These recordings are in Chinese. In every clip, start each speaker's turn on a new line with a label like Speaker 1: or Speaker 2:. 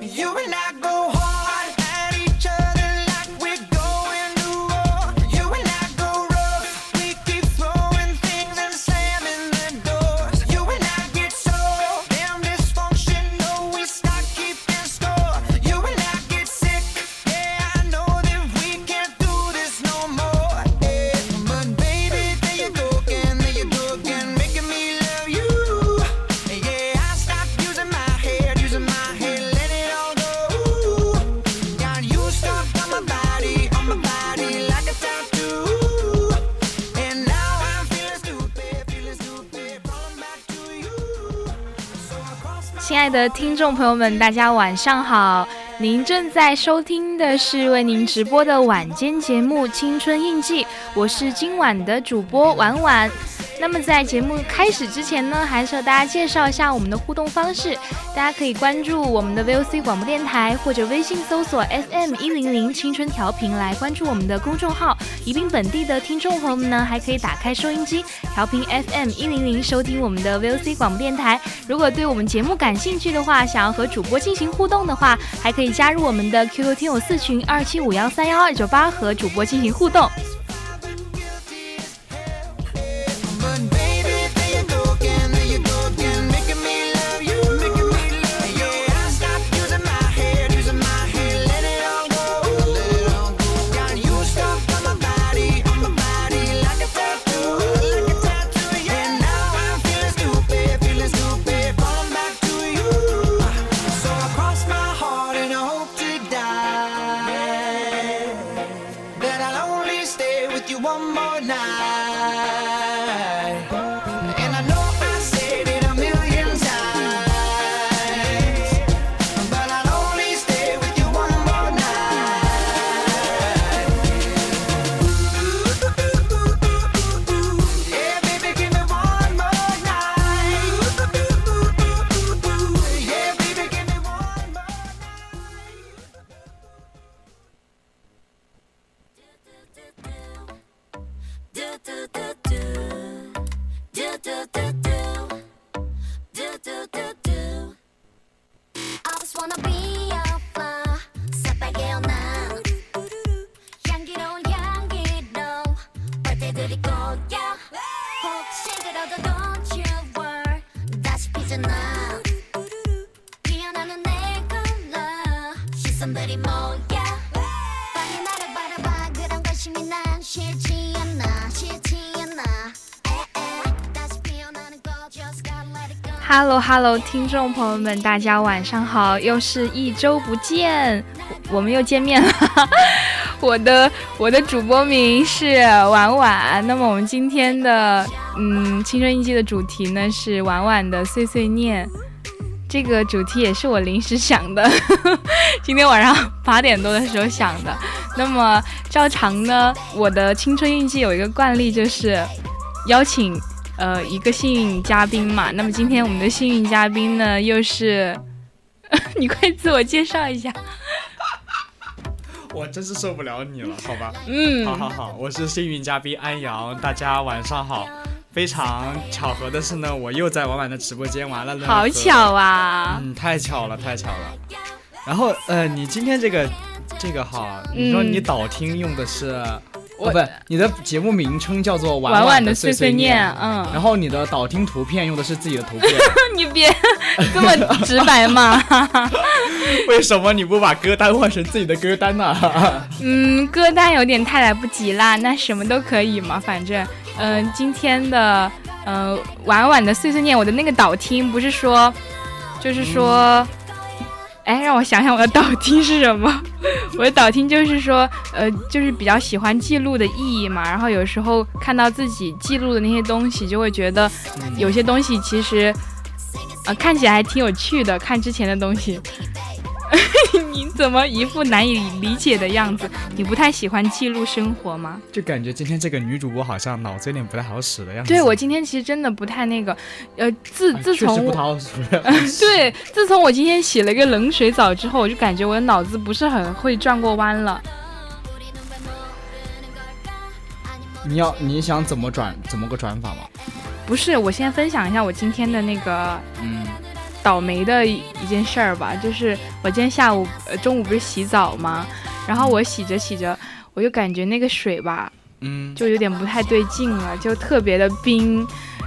Speaker 1: You and I go hard at each other like we're going to war. You and I go rough. We keep throwing things and slamming the doors. You and I get so damn dysfunctional. We start keeping score. You and I get sick. Yeah, I know that we can't do this no more. Yeah, but baby, there you go again, there you go again, making me love you. Yeah, I stopped using my head, using my head, let it all go. Got you stuck on my body, on my body like a tattoo. And now I'm feeling stupid, feeling stupid, falling back to you. So I cross my
Speaker 2: 亲爱的听众朋友们，大家晚上好！您正在收听的是为您直播的晚间节目《青春印记》，我是今晚的主播婉婉。那么在节目开始之前呢，还是和大家介绍一下我们的互动方式。大家可以关注我们的 VOC 广播电台，或者微信搜索 FM 一零零青春调频来关注我们的公众号。宜宾本地的听众朋友们呢，还可以打开收音机，调频 FM 一零零收听我们的 VOC 广播电台。如果对我们节目感兴趣的话，想要和主播进行互动的话，还可以加入我们的 QQ 听友四群二七五幺三幺二九八和主播进行互动。
Speaker 1: But baby, there you go again, there you go again, making me love you, making me love you. Yeah, I stopped using my head, using my head, let it all go, let it all go. Got you stuck on my body, on my body like a tattoo, like a tattoo. Yeah, and now I'm feeling stupid, feeling stupid, falling back to you. So I cross my heart and I hope to die that I'll only stay with you one more night. And I know I said it a million times, but I'll only stay with you one more night. Yeah, baby, give me one more night. Yeah, baby, give me one more night.
Speaker 2: h e l l o h e l l o 听众朋友们，大家晚上好，又是一周不见，我我们又见面了。 我的我的主播名是婉婉，那么我们今天的嗯青春印记的主题呢是婉婉的碎碎念，这个主题也是我临时想的， 今天晚上八点多的时候想的。那么照常呢，我的青春印记有一个惯例就是邀请呃一个幸运嘉宾嘛。那么今天我们的幸运嘉宾呢，又是 你快自我介绍一下。
Speaker 3: 我真是受不了你了，好吧？
Speaker 2: 嗯
Speaker 3: 好好好，我是幸运嘉宾安阳，大家晚上好。非常巧合的是呢，我又在婉婉的直播间玩了呢。
Speaker 2: 好巧啊！
Speaker 3: 嗯，太巧了，太巧了。然后呃，你今天这个这个哈，你说
Speaker 2: 嗯
Speaker 3: 你导听用的是
Speaker 2: 我
Speaker 3: 哦不，你的节目名称叫做《
Speaker 2: 婉婉
Speaker 3: 婉
Speaker 2: 的
Speaker 3: 碎
Speaker 2: 碎
Speaker 3: 念》
Speaker 2: 念嗯
Speaker 3: 然后你的导听图片用的是自己的图片，
Speaker 2: 你别 这么直白嘛。
Speaker 3: 为什么你不把歌单换成自己的歌单呢、
Speaker 2: 嗯，歌单有点太来不及啦，那什么都可以嘛，反正，嗯、今天的，呃，婉婉的碎碎念，我的那个导听不是说，就是说，哎、让我想想我的导听是什么， 我的导听就是说，呃，就是比较喜欢记录的意义嘛，然后有时候看到自己记录的那些东西，就会觉得有些东西其实，呃，看起来还挺有趣的，看之前的东西。你怎么一副难以理解的样子？你不太喜欢记录生活吗？
Speaker 3: 就感觉今天这个女主播好像脑子有点不太好使的样子。
Speaker 2: 对我今天其实真的不太那个，呃，自
Speaker 3: 哎
Speaker 2: 自
Speaker 3: 确实
Speaker 2: 从
Speaker 3: 不
Speaker 2: 我
Speaker 3: 太好使。对，
Speaker 2: 对自从我今天洗了一个冷水澡之后，我就感觉我的脑子不是很会转过弯了。
Speaker 3: 你要你想怎么转怎么个转法吗？
Speaker 2: 不是，我先分享一下我今天的那个
Speaker 3: 嗯，
Speaker 2: 倒霉的一件事儿吧，就是我今天下午呃中午不是洗澡吗？然后我洗着洗着，我就感觉那个水吧，
Speaker 3: 嗯，
Speaker 2: 就有点不太对劲了，就特别的冰。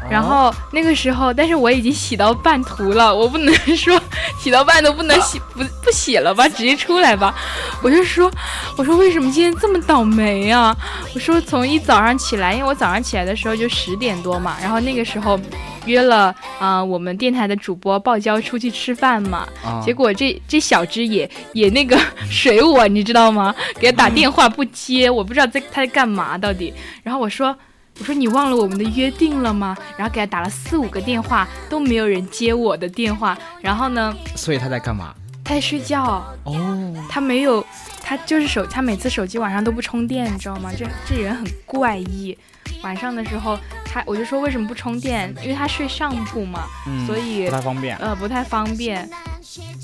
Speaker 2: 然后那个时候，但是我已经洗到半途了，我不能说洗到半都不能洗，不不洗了吧，直接出来吧。我就说，我说为什么今天这么倒霉啊？我说从一早上起来，因为我早上起来的时候就十点多嘛，然后那个时候约了啊、呃我们电台的主播爆椒出去吃饭嘛，
Speaker 3: 啊
Speaker 2: 结果这这小只也也那个水我，你知道吗？给他打电话不接，我不知道在他在干嘛到底。然后我说。我说你忘了我们的约定了吗？然后给他打了四五个电话都没有人接我的电话，然后呢，
Speaker 3: 所以他在干嘛？
Speaker 2: 他在睡觉，
Speaker 3: 哦，
Speaker 2: 他没有，他就是手，他每次手机晚上都不充电，你知道吗？这这人很怪异。晚上的时候，他我就说为什么不充电？因为他睡上铺嘛，
Speaker 3: 嗯
Speaker 2: 所以
Speaker 3: 不太方便。
Speaker 2: 呃不太方便，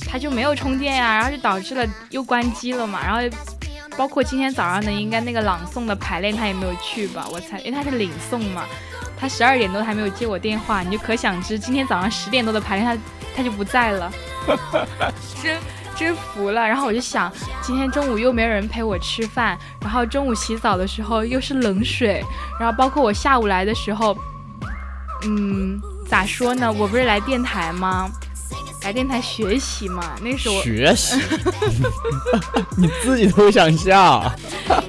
Speaker 2: 他就没有充电呀、然后就导致了又关机了嘛，然后。包括今天早上的，应该那个朗诵的排练他也没有去吧？我猜，因为他是领诵嘛，他十二点多还没有接我电话，你就可想知今天早上十点多的排练他他就不在了，真真服了。然后我就想，今天中午又没有人陪我吃饭，然后中午洗澡的时候又是冷水，然后包括我下午来的时候，嗯，咋说呢？我不是来电台吗？来电台学习嘛，那时候我
Speaker 3: 学 习，你自己都想笑。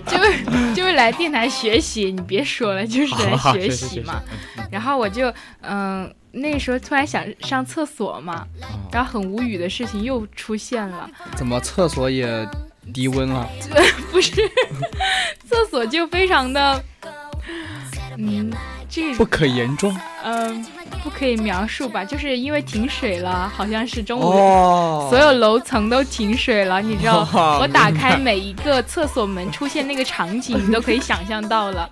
Speaker 2: 就是就是来电台学习，你别说了，啊就是来学习嘛。然后我就嗯、那时候突然想上厕所嘛，然后很无语的事情又出现了，
Speaker 3: 怎么厕所也低温了？
Speaker 2: 不是厕所就非常的，嗯，这
Speaker 3: 不可言中
Speaker 2: 嗯、不可以描述吧，就是因为停水了，好像是中午。
Speaker 3: 哦
Speaker 2: 所有楼层都停水了，你知道？
Speaker 3: 哦
Speaker 2: 我打
Speaker 3: 明白
Speaker 2: 开每一个厕所门出现那个场景，你都可以想象到 了。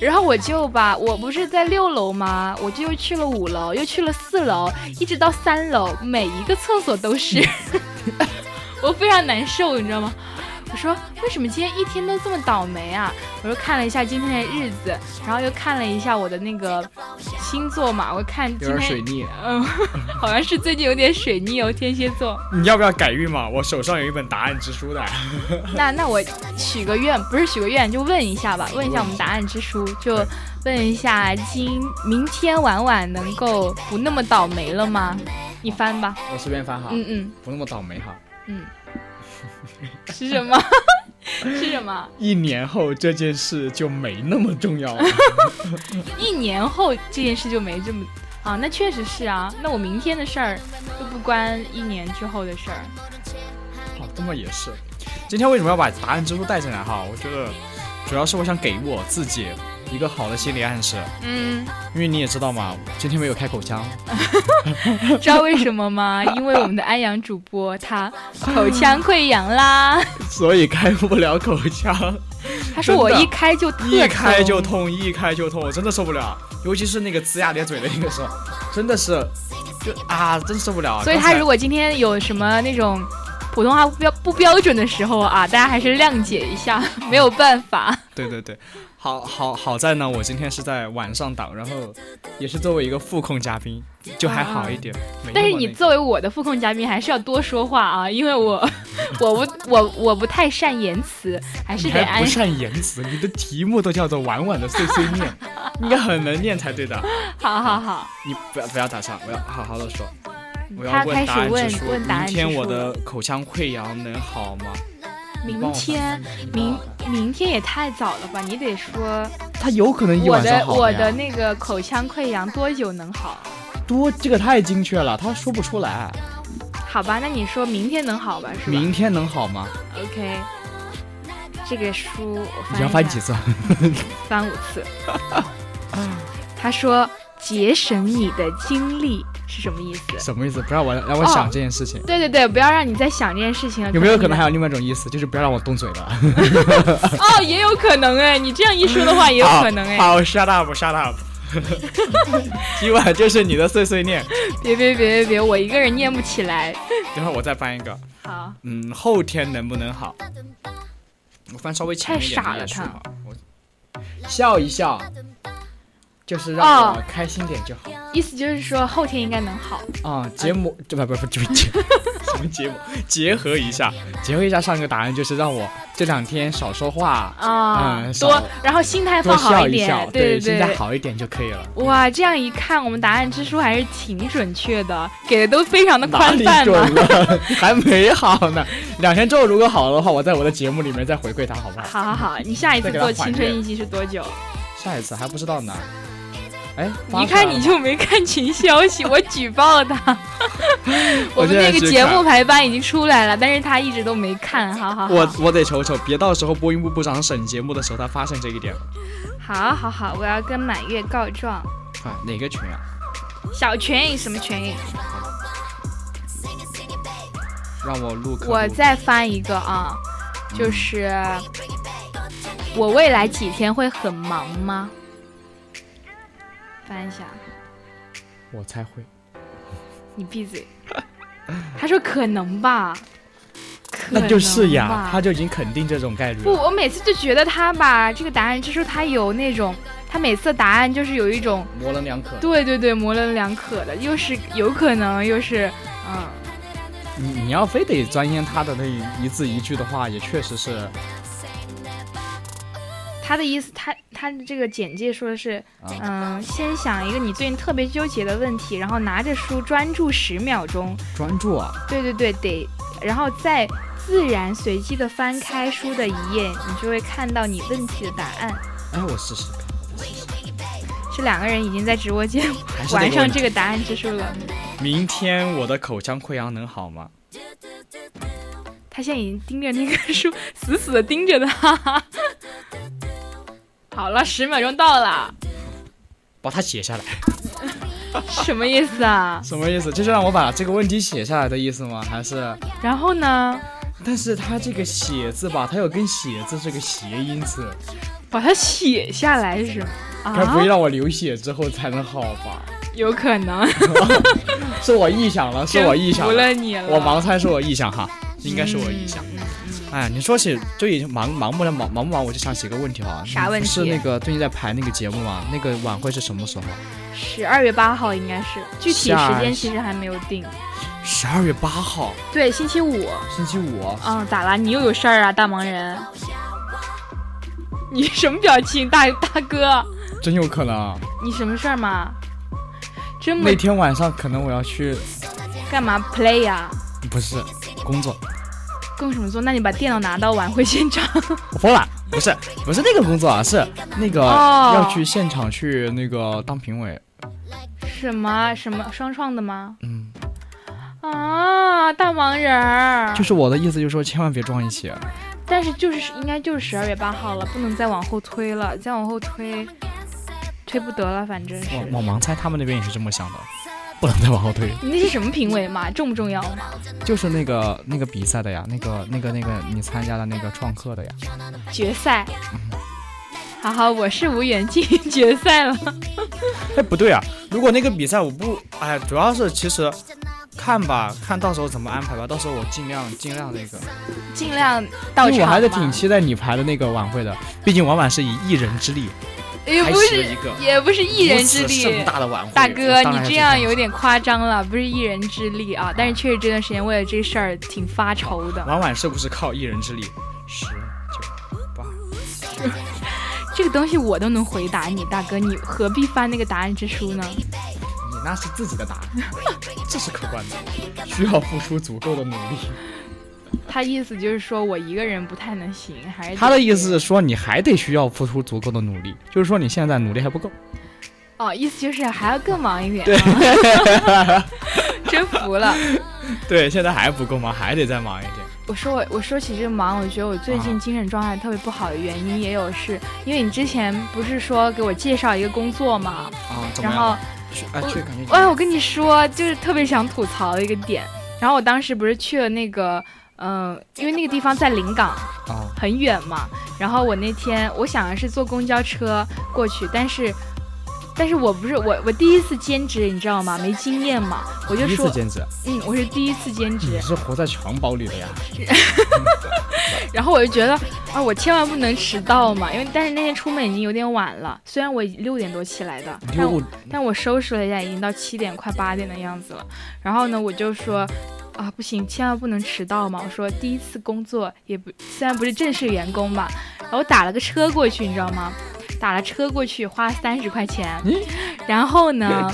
Speaker 2: 然后我就吧，我不是在六楼吗？我就又去了五楼，又去了四楼，一直到三楼，每一个厕所都 是，我非常难受，你知道吗？我说为什么今天一天都这么倒霉啊？我说看了一下今天的日子，然后又看了一下我的那个星座嘛，我看今
Speaker 3: 有点水
Speaker 2: 天
Speaker 3: 逆。啊
Speaker 2: 嗯，好像是最近有点水逆哦，天蝎座。
Speaker 3: 你要不要改运嘛？我手上有一本答案之书的。
Speaker 2: 那那我许个愿，不是许个愿，就问一下吧，问一下我们答案之书，就问一下今明天晚晚能够不那么倒霉了吗？你翻吧，
Speaker 3: 我随便翻哈，
Speaker 2: 嗯嗯
Speaker 3: 不那么倒霉哈。
Speaker 2: 嗯，是什么？ 是什么？
Speaker 3: 一年后这件事就没那么重 要了。
Speaker 2: 一年后这件事就没这么啊？那确实是啊，那我明天的事儿都不关一年之后的事儿。
Speaker 3: 哦，这么也是。今天为什么要把答案之书带进来哈？我觉得主要是我想给我自己一个好的心理暗示，
Speaker 2: 嗯，
Speaker 3: 因为你也知道嘛，今天没有开口腔。
Speaker 2: 知道为什么吗？因为我们的安阳主播他口腔溃疡啦，
Speaker 3: 所以开不了口 腔，
Speaker 2: 他说我
Speaker 3: 真的
Speaker 2: 一开就特
Speaker 3: 一开就
Speaker 2: 疼
Speaker 3: 痛，一开就痛，我真的受不了，尤其是那个龇牙咧嘴的那个时候，真的是，就啊，真受不了。
Speaker 2: 所以
Speaker 3: 刚
Speaker 2: 他
Speaker 3: 才
Speaker 2: 如果今天有什么那种普通话不标不标准的时候啊，大家还是谅解一 下，没有办法。
Speaker 3: 对对对，好好好在呢，我今天是在晚上档，然后也是作为一个副控嘉宾，就还好一点。没那
Speaker 2: 但
Speaker 3: 么
Speaker 2: 是你
Speaker 3: 那个
Speaker 2: 作为我的副控嘉宾，还是要多说话啊，因为 我我不我我不太善言辞，还是
Speaker 3: 你
Speaker 2: 得
Speaker 3: 还
Speaker 2: 安
Speaker 3: 不善言辞，你的题目都叫做婉婉的碎碎念，应该很能念才对的。
Speaker 2: 好好好，
Speaker 3: 你不要不要打岔，我要好好的说。我
Speaker 2: 他开
Speaker 3: 要
Speaker 2: 始
Speaker 3: 问答案
Speaker 2: 问
Speaker 3: 指数，
Speaker 2: 问答案
Speaker 3: 明天
Speaker 2: 指
Speaker 3: 我
Speaker 2: 数
Speaker 3: 的口腔溃疡能好吗？你帮
Speaker 2: 明
Speaker 3: 我翻
Speaker 2: 天
Speaker 3: 翻译
Speaker 2: 明明天也太早了吧？你得说
Speaker 3: 他有可能一
Speaker 2: 我
Speaker 3: 晚上
Speaker 2: 的
Speaker 3: 好
Speaker 2: 我
Speaker 3: 呀
Speaker 2: 的那个口腔溃疡多久能好？
Speaker 3: 多这个太精确了，他说不出来。
Speaker 2: 好吧，那你说明天能好吧？是吧
Speaker 3: 明天能好吗？
Speaker 2: ？OK，这个书我翻
Speaker 3: 你要
Speaker 2: 一
Speaker 3: 翻
Speaker 2: 下
Speaker 3: 几次？
Speaker 2: 翻五次。 嗯他说节省你的精力是什么意思？
Speaker 3: 什么意思？不让我让我
Speaker 2: 哦
Speaker 3: 想这件事情。
Speaker 2: 对对对，不要让你再想这件事情了。
Speaker 3: 有没有可
Speaker 2: 你
Speaker 3: 能还有另外一种意思，就是不要让我动嘴了？
Speaker 2: 哦，也有可能哎，你这样一说的话，也有可能哎。
Speaker 3: 嗯好好，shut up，shut up。今晚就是你的碎碎念，
Speaker 2: 别别别别别，我一个人念不起来。
Speaker 3: 等会儿我再翻一个。
Speaker 2: 好，
Speaker 3: 嗯，后天能不能好？我翻稍微前一点
Speaker 2: 太傻
Speaker 3: 的
Speaker 2: 了
Speaker 3: 页数
Speaker 2: 他
Speaker 3: 吧。我笑一笑，就是让我开心点就好。
Speaker 2: 意思就是说后天应该能好。
Speaker 3: 啊，结膜这不不不这不结什么结膜？结合一下，结合一下上个答案就是让我这两天少说话，
Speaker 2: 啊、
Speaker 3: 嗯少
Speaker 2: 多，然后心态
Speaker 3: 多
Speaker 2: 放好
Speaker 3: 笑
Speaker 2: 一
Speaker 3: 一
Speaker 2: 点，
Speaker 3: 笑，
Speaker 2: 对
Speaker 3: 现
Speaker 2: 对
Speaker 3: 在
Speaker 2: 对。
Speaker 3: 好一点就可以了。
Speaker 2: 哇，这样一看，我们答案之书还是挺准确的，给的都非常的
Speaker 3: 哪
Speaker 2: 宽
Speaker 3: 里
Speaker 2: 泛
Speaker 3: 准
Speaker 2: 嘛。
Speaker 3: 了？还没好呢。两天之后如果好的话，我在我的节目里面再回馈他，好不好？
Speaker 2: 好好好，你下一次
Speaker 3: 再给他
Speaker 2: 做
Speaker 3: 还
Speaker 2: 青春
Speaker 3: 愿
Speaker 2: 印记是多久？
Speaker 3: 下一次还不知道呢。哎，发
Speaker 2: 一
Speaker 3: 出来
Speaker 2: 看
Speaker 3: 了
Speaker 2: 你
Speaker 3: 吗
Speaker 2: 就没看群消息，我举报他。 我们
Speaker 3: 现在
Speaker 2: 那个
Speaker 3: 去
Speaker 2: 节
Speaker 3: 看
Speaker 2: 目排班已经出来了，但是他一直都没看，好好好。
Speaker 3: 我我得瞅瞅，别到时候播音部部长审节目的时候他发现这一点了。
Speaker 2: 好好好，我要跟满月告状。
Speaker 3: 啊，哪个群啊？
Speaker 2: 小权益什么权益？
Speaker 3: 让我录刻录。
Speaker 2: 我再翻一个啊，就是
Speaker 3: 嗯
Speaker 2: 我未来几天会很忙吗？翻一下，
Speaker 3: 我猜会。
Speaker 2: 你闭 嘴。他说可能吧，可能
Speaker 3: 那就是呀
Speaker 2: 吧，
Speaker 3: 他就已经肯定这种概率
Speaker 2: 不，
Speaker 3: 了。
Speaker 2: 我每次就觉得他吧，这个答案之书他有那种，他每次的答案就是有一种，
Speaker 3: 模棱两可。
Speaker 2: 对对对，模棱两可的，又是有可能，又是嗯。
Speaker 3: 你你要非得钻研他的那一字一句的话，也确实是
Speaker 2: 他的意思，他他这个简介说的是，
Speaker 3: 啊
Speaker 2: 嗯、先想一个你最近特别纠结的问题，然后拿着书专注十秒钟，
Speaker 3: 专注啊。
Speaker 2: 对对对，得，然后再自然随机的翻开书的一页，你就会看到你问题的答案。
Speaker 3: 哎，我试试看，
Speaker 2: 这两个人已经在直播间
Speaker 3: 还是
Speaker 2: 玩
Speaker 3: 那个
Speaker 2: 上
Speaker 3: 问
Speaker 2: 这
Speaker 3: 题。
Speaker 2: 个答案之书了，
Speaker 3: 明天我的口腔溃疡能好吗？
Speaker 2: 他现在已经盯着那个书， 死死的盯着他。 好了，十秒钟到了，
Speaker 3: 把它写下来，
Speaker 2: 什么意思 啊？
Speaker 3: 什么意思？就是让我把这个问题写下来的意思吗？还是？
Speaker 2: 然后呢，
Speaker 3: 但是它这个“写”字吧，它有跟“写”字这个谐音字，
Speaker 2: 把它写下来是吗？
Speaker 3: 该不
Speaker 2: 啊
Speaker 3: 会，让我流血之后才能好吧？
Speaker 2: 有可能。
Speaker 3: 是我臆想了，是
Speaker 2: 真
Speaker 3: 我臆想
Speaker 2: 服
Speaker 3: 了
Speaker 2: 了，你了，
Speaker 3: 我盲猜是我臆想哈，应该是我臆想。
Speaker 2: 嗯
Speaker 3: 哎，你说起就已经忙忙不了忙忙不忙，我就想起个问题哈，
Speaker 2: 啥
Speaker 3: 你
Speaker 2: 问题
Speaker 3: 是那个最近在排那个节目嘛？那个晚会是什么时候？
Speaker 2: 十二月八号应该是，具体
Speaker 3: 下
Speaker 2: 时间其实还没有定。
Speaker 3: 十二月八号，
Speaker 2: 对，星期五。
Speaker 3: 星期五。
Speaker 2: 嗯，咋啦？你又有事儿啊，大忙 人？你什么表情，大大哥？
Speaker 3: 真有可能，啊
Speaker 2: 你什么事儿吗？这么
Speaker 3: 那天晚上可能我要去，
Speaker 2: 干嘛 play 啊呀、
Speaker 3: 不是工作，
Speaker 2: 工什么作？那你把电脑拿到晚会现场。
Speaker 3: 我疯了，不是不是那个工作啊，是那个
Speaker 2: 哦
Speaker 3: 要去现场去那个当评委，
Speaker 2: 什么什么双创的吗？
Speaker 3: 嗯，
Speaker 2: 啊，大忙人儿。
Speaker 3: 就是我的意思就是说千万别撞一起，
Speaker 2: 但是就是应该就是十二月八号了，不能再往后推了，再往后推，推不得了，反正是。
Speaker 3: 我我盲猜他们那边也是这么想的，不能再往后推。
Speaker 2: 你那是什么评委嘛？重不重要嘛？
Speaker 3: 就是那个那个比赛的呀，那个那个那个你参加的那个创客的 呀，
Speaker 2: 决赛。好好，我是无缘进 决赛了。
Speaker 3: 哎不对啊，如果那个比赛我不哎，主要是其实看吧，看到时候怎么安排吧，到时候我尽量尽量那个。
Speaker 2: 尽量到
Speaker 3: 因
Speaker 2: 场
Speaker 3: 为我还是
Speaker 2: 嘛
Speaker 3: 挺期待你排的那个晚会的，毕竟往往是以一人之力，
Speaker 2: 也
Speaker 3: 还
Speaker 2: 不
Speaker 3: 是
Speaker 2: 是
Speaker 3: 一个
Speaker 2: 也不是一人
Speaker 3: 如
Speaker 2: 之
Speaker 3: 此
Speaker 2: 力
Speaker 3: 盛。大的晚会。
Speaker 2: 大
Speaker 3: 我
Speaker 2: 哥，
Speaker 3: 当
Speaker 2: 你
Speaker 3: 然
Speaker 2: 这
Speaker 3: 是
Speaker 2: 样
Speaker 3: 想
Speaker 2: 有点夸张了，不是一人之力啊！但是确实这段时间为了这事儿挺发愁的。
Speaker 3: 婉婉是不是靠一人之力？十九八，
Speaker 2: 这个东西我都能回答你，大哥，你何必翻那个答案之书呢？
Speaker 3: 你那是自己的答案， 这是客观的， 需要付出足够的努力。
Speaker 2: 他意思就是说我一个人不太能行，还是
Speaker 3: 他的意思
Speaker 2: 得
Speaker 3: 是说，你还得需要付出足够的努力，就是说你现在努力还不够。
Speaker 2: 哦，意思就是还要更忙一点。 啊， 真服了。
Speaker 3: 对，现在还不够吗？还得再忙一点。
Speaker 2: 我说我我说起这个忙，我觉得我最近
Speaker 3: 啊
Speaker 2: 精神状态特别不好的原因也有是，因为你之前不是说给我介绍一个工作嘛，
Speaker 3: 啊，怎么
Speaker 2: 然
Speaker 3: 样
Speaker 2: 后
Speaker 3: 了？去哎，去感觉
Speaker 2: 哎，我跟你说，就是特别想吐槽的一个点。然后我当时不是去了那个，嗯、因为那个地方在临港，
Speaker 3: 啊，
Speaker 2: 很远嘛。然后我那天我想的是坐公交车过去，但是，但是我不是我我第一次兼职，你知道吗？没经验嘛，我就
Speaker 3: 第一
Speaker 2: 说
Speaker 3: 次，兼职，
Speaker 2: 嗯，我是第一次兼职
Speaker 3: 你。是活在襁褓里的呀？
Speaker 2: 然后我就觉得啊，我千万不能迟到嘛，因为但是那天出门已经有点晚了，虽然我六点多起来的，但我
Speaker 3: 六
Speaker 2: 但我收拾了一下，已经到七点快八点的样子了。然后呢，我就说。啊，不行，千万不能迟到嘛！我说第一次工作也不，虽然不是正式员工吧，然后我打了个车过去，你知道吗？打了车过去花三十块钱，然后呢，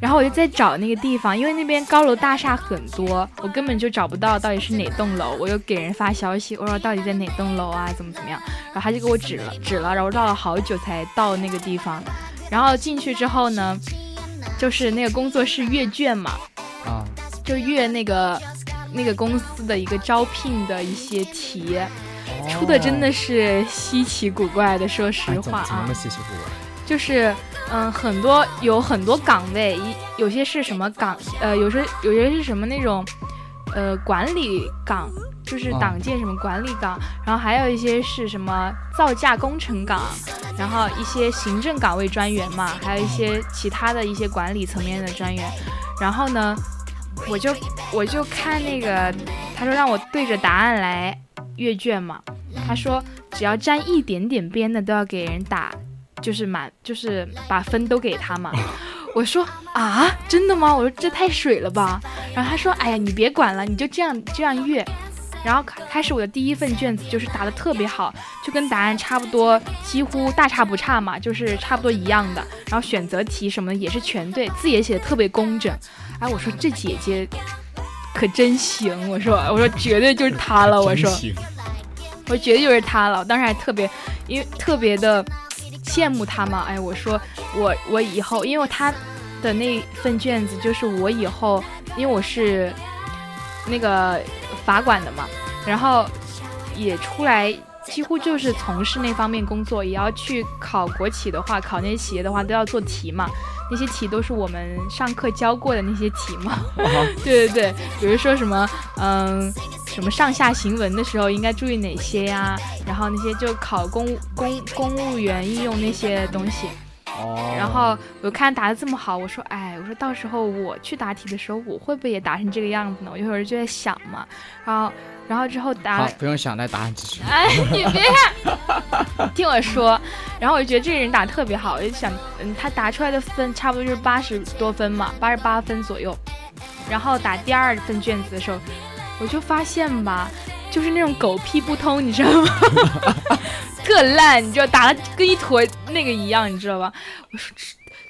Speaker 2: 然后我就在找那个地方，因为那边高楼大厦很多，我根本就找不到到底是哪栋楼。我又给人发消息，我说到底在哪栋楼啊，怎么怎么样？然后他就给我指了指了，然后绕了好久才到那个地方。然后进去之后呢，就是那个工作室阅卷嘛，
Speaker 3: 啊，
Speaker 2: 就阅那个那个公司的一个招聘的一些题，出的真的是稀奇古怪的，说实
Speaker 3: 哦哎怎
Speaker 2: 话
Speaker 3: 么怎么
Speaker 2: 啊
Speaker 3: 那。么稀奇古怪？
Speaker 2: 就是嗯，很多有很多岗位，一有些是什么岗，呃，有些有些是什么那种，呃，管理岗，就是
Speaker 3: 啊
Speaker 2: 党建什么管理岗，然后还有一些是什么造价工程岗，然后一些行政岗位专员嘛，还有一些其他的一些管理层面的专员，然后呢，我就我就看那个，他说让我对着答案来阅卷嘛，他说只要沾一点点边的都要给人打，就是满就是把分都给他嘛。我说啊，真的吗？我说这太水了吧。然后他说，哎呀，你别管了，你就这样这样阅。然后开开始我的第一份卷子就是答的特别好，就跟答案差不多，几乎大差不差嘛，就是差不多一样的。然后选择题什么的也是全对，字也写的特别工整。哎，我说这姐姐可真行，我说我说绝对就是她了，我
Speaker 3: 真
Speaker 2: 说。
Speaker 3: 行
Speaker 2: 我绝对就是他了。我当时还特别，因为特别的羡慕他嘛。哎，我说我我以后，因为他的那份卷子就是我以后，因为我是那个法管的嘛，然后也出来。几乎就是从事那方面工作，也要去考国企的话，考那些企业的话，都要做题嘛。那些题都是我们上课教过的那些题嘛。 对对对，比如说什么，嗯，什么上下行文的时候应该注意哪些呀？然后那些就考公务公公务员应用那些东西。
Speaker 3: 哦，
Speaker 2: 然后我看答的这么好，我说，哎，我说到时候我去答题的时候，我会不会也答成这个样子呢？我一会儿就在想嘛，然后然后之后答
Speaker 3: 好
Speaker 2: 了，，
Speaker 3: 不用想，来答案继续。
Speaker 2: 哎，你别看， 听我说。然后我就觉得这个人打得特别好，我就想，嗯，他答出来的分差不多就是八十多分嘛，八十八分左右。然后打第二份卷子的时候，我就发现吧，就是那种狗屁不通，你知道吗？特烂，你知道，打的跟一坨那个一样，你知道吧？我说这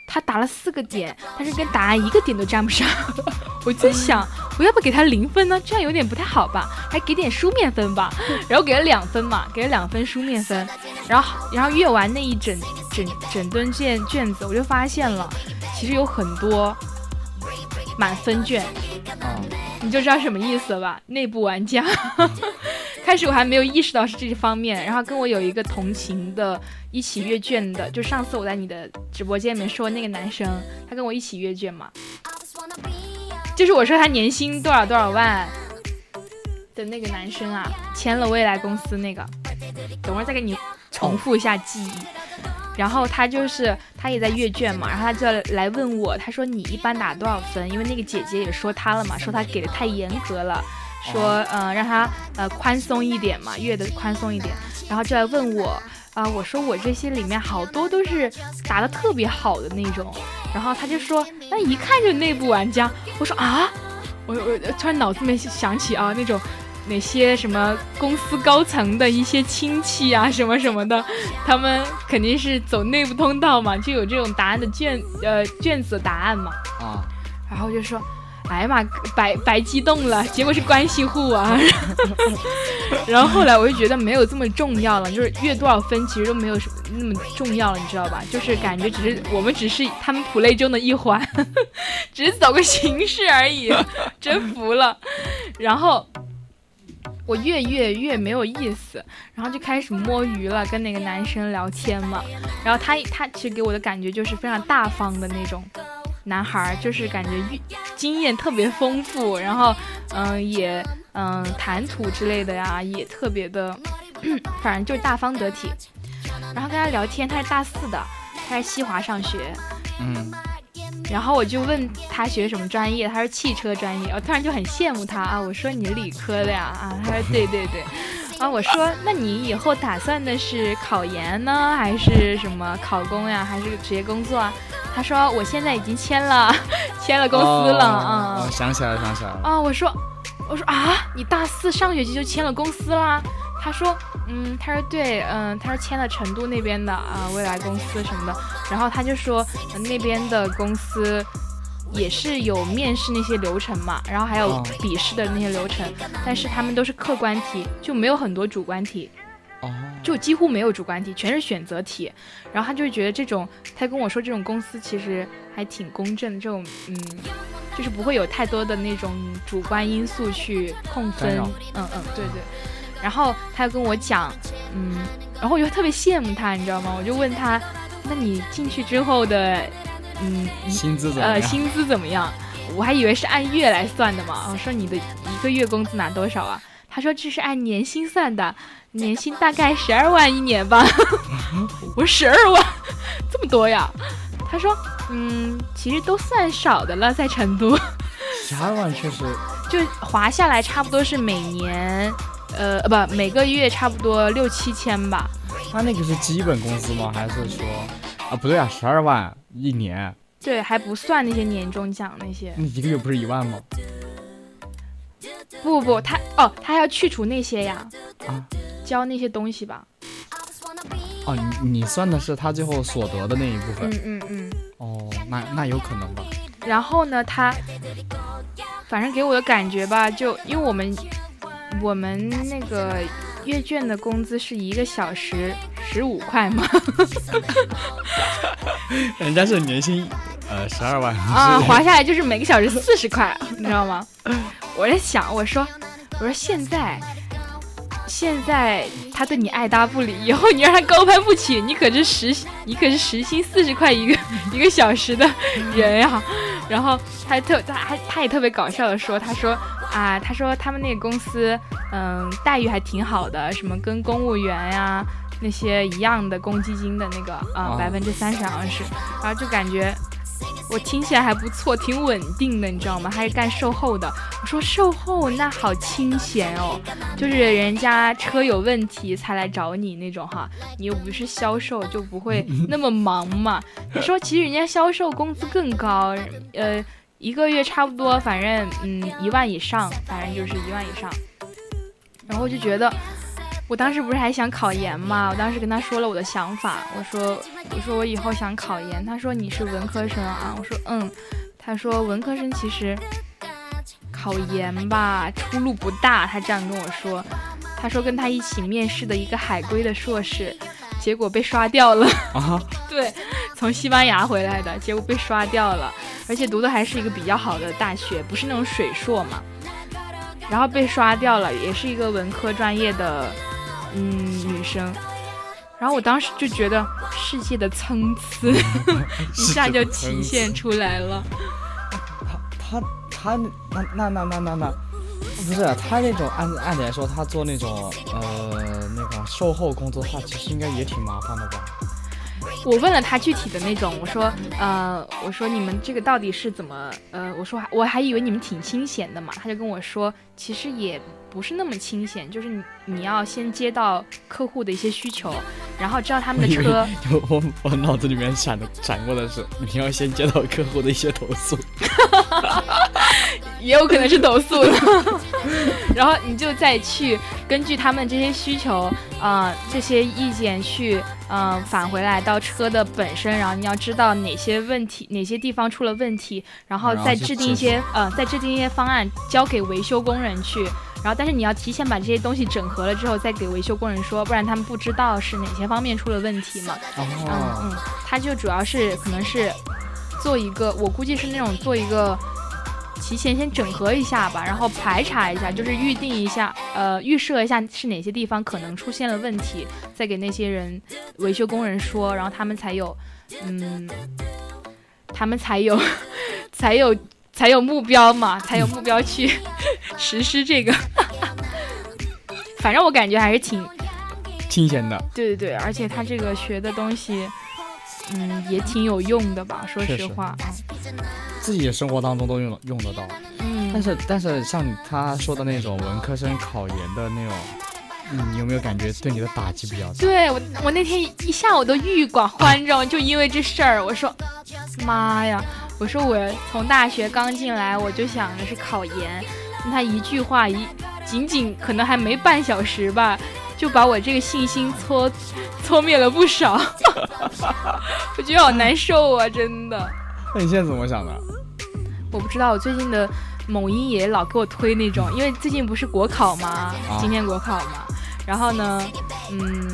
Speaker 2: 他打了四个点，但是跟答案一个点都沾不上。 我就想，我要不给他零分呢？这样有点不太好吧？还给点书面分吧。然后给了两分嘛，给了两分书面分，然后然后阅完那一整整整吨卷卷子，我就发现了，其实有很多满分卷，
Speaker 3: 啊，
Speaker 2: 你就知道什么意思了吧？内部玩家。 开始我还没有意识到是这方面，然后跟我有一个同行的，一起阅卷的，就上次我在你的直播间里面说那个男生，他跟我一起阅卷嘛，就是我说他年薪多少多少万的那个男生啊，签了未来公司那个，等会儿再给你重复一下记忆。然后他就是他也在阅卷嘛，然后他就来问我，他说你一般打多少分？因为那个姐姐也说他了嘛，说他给的太严格了，说嗯、呃、让他呃宽松一点嘛，阅的宽松一点，然后就来问我。啊、我说我这些里面好多都是打的特别好的那种，然后他就说那一看就内部玩家。我说啊，我我突然脑子里面想起啊那种哪些什么公司高层的一些亲戚啊什么什么的，他们肯定是走内部通道嘛，就有这种答案的卷呃卷子答案嘛。
Speaker 3: 啊，
Speaker 2: 然后就说，哎呀妈，白白激动了，结果是关系户啊。 然后后来我就觉得没有这么重要了，就是月多少分其实都没有什么那么重要了，你知道吧？就是感觉只是我们只是他们普类中的一环， 只是走个形式而已，真服了。然后。我越越越没有意思，然后就开始摸鱼了，跟那个男生聊天嘛。然后他他其实给我的感觉就是非常大方的那种男孩儿，就是感觉遇经验特别丰富，然后嗯、也嗯、谈吐之类的呀也特别的， 反正就是大方得体。然后跟他聊天，他是大四的，他在西华上学，
Speaker 3: 嗯，
Speaker 2: 然后我就问他学什么专业，他说汽车专业，我突然就很羡慕他啊，我说你理科的呀啊，他说对对 对，啊我说那你以后打算的是考研呢，还是什么考公呀，还是职业工作啊？他说我现在已经签了签了公司了啊。
Speaker 3: 哦，想起来了，想起来了，
Speaker 2: 啊，我说，我说啊，你大四上学期就签了公司啦？他说，嗯，他说对，嗯，他说签了成都那边的啊、未来公司什么的。然后他就说、呃那边的公司也是有面试那些流程嘛，然后还有
Speaker 3: 哦
Speaker 2: 笔试的那些流程，但是他们都是客观题，就没有很多主观题。
Speaker 3: 哦，
Speaker 2: 就几乎没有主观题，全是选择题。然后他就觉得这种，他跟我说这种公司其实还挺公正，这种嗯，就是不会有太多的那种主观因素去控
Speaker 3: 干
Speaker 2: 分
Speaker 3: 扰。
Speaker 2: 嗯嗯，对对。然后他又跟我讲，嗯，然后我就特别羡慕他，你知道吗？我就问他，那你进去之后的，嗯，
Speaker 3: 哦薪资怎么
Speaker 2: 呃，
Speaker 3: 样？
Speaker 2: 薪资怎么样？我还以为是按月来算的嘛。哦我说你的一个月工资拿多少啊？他说这是按年薪算的，年薪大概十二万一年 吧。我说十二万，这么多呀？他说，嗯，其实都算少的了，在成都，
Speaker 3: 十二万确实，
Speaker 2: 就划下来差不多是每年，呃，呃不，每个月差不多六七千吧。
Speaker 3: 他那个是基本工资吗？还是说，啊，不对啊，十二万一年，
Speaker 2: 对，还不算那些年终奖那些。
Speaker 3: 那一个月不是一万吗？
Speaker 2: 不不不，他哦，他还要去除那些呀，
Speaker 3: 啊
Speaker 2: 交那些东西吧。
Speaker 3: 哦，你你算的是他最后所得的那一部分，
Speaker 2: 嗯嗯。
Speaker 3: 哦，那那有可能吧？
Speaker 2: 然后呢，他反正给我的感觉吧，就因为我们我们那个阅卷的工资是一个小时十五块嘛，
Speaker 3: 人家是年薪，呃，十二万
Speaker 2: 啊，划下来就是每个小时四十块， 你知道吗？我在想，我说我说现在。现在他对你爱搭不理，以后你让他高攀不起，你可是时你可是时薪四十块一个一个小时的人啊呀、然后他还特他还他也特别搞笑的说，他说啊，他说他们那个公司，嗯，待遇还挺好的，什么跟公务员呀、那些一样的公积金的那个啊
Speaker 3: 哦
Speaker 2: 百分之三十好像是，然后就感觉。我听起来还不错，挺稳定的，你知道吗？还是干售后的。我说售后那好清闲哦，就是人家车有问题才来找你那种哈，你又不是销售，就不会那么忙嘛。你说其实人家销售工资更高，呃，一个月差不多，反正嗯一万以上，反正就是一万以上。然后我就觉得，我当时不是还想考研嘛，我当时跟他说了我的想法，我说我说我以后想考研，他说你是文科生啊，我说嗯，他说文科生其实考研吧出路不大，他这样跟我说，他说跟他一起面试的一个海归的硕士，结果被刷掉了。
Speaker 3: 啊，
Speaker 2: 对，从西班牙回来的，结果被刷掉了，而且读的还是一个比较好的大学，不是那种水硕嘛。然后被刷掉了，也是一个文科专业的，嗯，女生。然后我当时就觉得世界的参差 一下就体现出来了。
Speaker 3: 他他那那那那那那，不是啊、他那种按按理来说，他做那种呃那种售后工作的话，其实应该也挺麻烦的吧？
Speaker 2: 我问了他具体的那种，我说，呃，我说你们这个到底是怎么，呃，我说还我还以为你们挺清闲的嘛，他就跟我说，其实也不是那么清闲，就是你你要先接到客户的一些需求，然后知道他们的
Speaker 3: 因为
Speaker 2: 车，
Speaker 3: 我我脑子里面闪的闪过的是，你要先接到客户的一些投诉，
Speaker 2: 也有可能是投诉的， 然后你就再去根据他们这些需求，呃，这些意见去，呃，返回来到车的本身，然后你要知道哪些问题，哪些地方出了问题，然后
Speaker 3: 然后
Speaker 2: 再
Speaker 3: 去
Speaker 2: 制定
Speaker 3: 解
Speaker 2: 一些，呃，再制定一些方案交给维修工人去，然后但是你要提前把这些东西整合了之后再给维修工人说，不然他们不知道是哪些方面出了问题嘛。嗯，嗯，他就主要是可能是做一个，我估计是那种做一个提前先整合一下吧，然后排查一下，就是预定一下，呃，预设一下是哪些地方可能出现了问题，再给那些人维修工人说，然后他们才有，嗯，他们才有 才有才有目标嘛，才有目标去实施这个。 反正我感觉还是挺
Speaker 3: 清闲的，
Speaker 2: 对对对，而且他这个学的东西，嗯，也挺有用的吧？说
Speaker 3: 确
Speaker 2: 实
Speaker 3: 实
Speaker 2: 话，啊
Speaker 3: 自己生活当中都用得用得到。但
Speaker 2: 嗯，
Speaker 3: 是但是像他说的那种文科生考研的那种，嗯你有没有感觉对你的打击比较大？
Speaker 2: 对我我那天一下午都郁郁寡欢，你知道 吗？就因为这事儿，我说妈呀，我说我从大学刚进来，我就想着是考研，那他一句话一仅仅可能还没半小时吧。就把我这个信心挫挫灭了不少， 我觉得好难受啊！真的，
Speaker 3: 那你现在怎么想的？
Speaker 2: 我不知道，我最近的某音也老给我推那种，因为最近不是国考嘛，今天国考嘛，然后呢，嗯，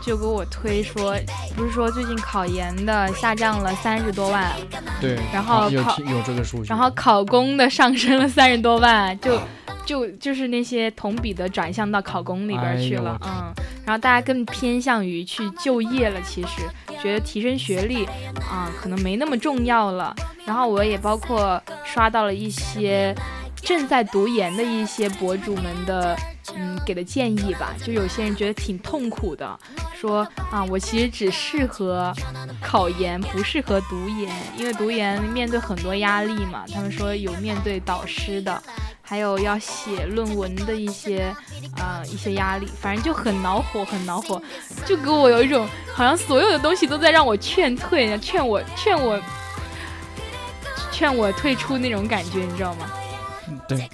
Speaker 2: 就给我推说，不是说最近考研的下降了三十多万，
Speaker 3: 对，
Speaker 2: 然后
Speaker 3: 有
Speaker 2: 考
Speaker 3: 听有这个数据，
Speaker 2: 然后考公的上升了三十多万，就就就是那些同比的转向到考公里边去了，
Speaker 3: 哎呦
Speaker 2: 嗯，然后大家更偏向于去就业了，其实觉得提升学历啊、可能没那么重要了。然后我也包括刷到了一些正在读研的一些博主们的。嗯，给的建议吧，就有些人觉得挺痛苦的，说啊，我其实只适合考研不适合读研，因为读研面对很多压力嘛。他们说有面对导师的，还有要写论文的一些呃一些压力，反正就很恼火，很恼火，就给我有一种好像所有的东西都在让我劝退，劝我劝我劝我退出那种感觉，你知道吗？
Speaker 3: 对，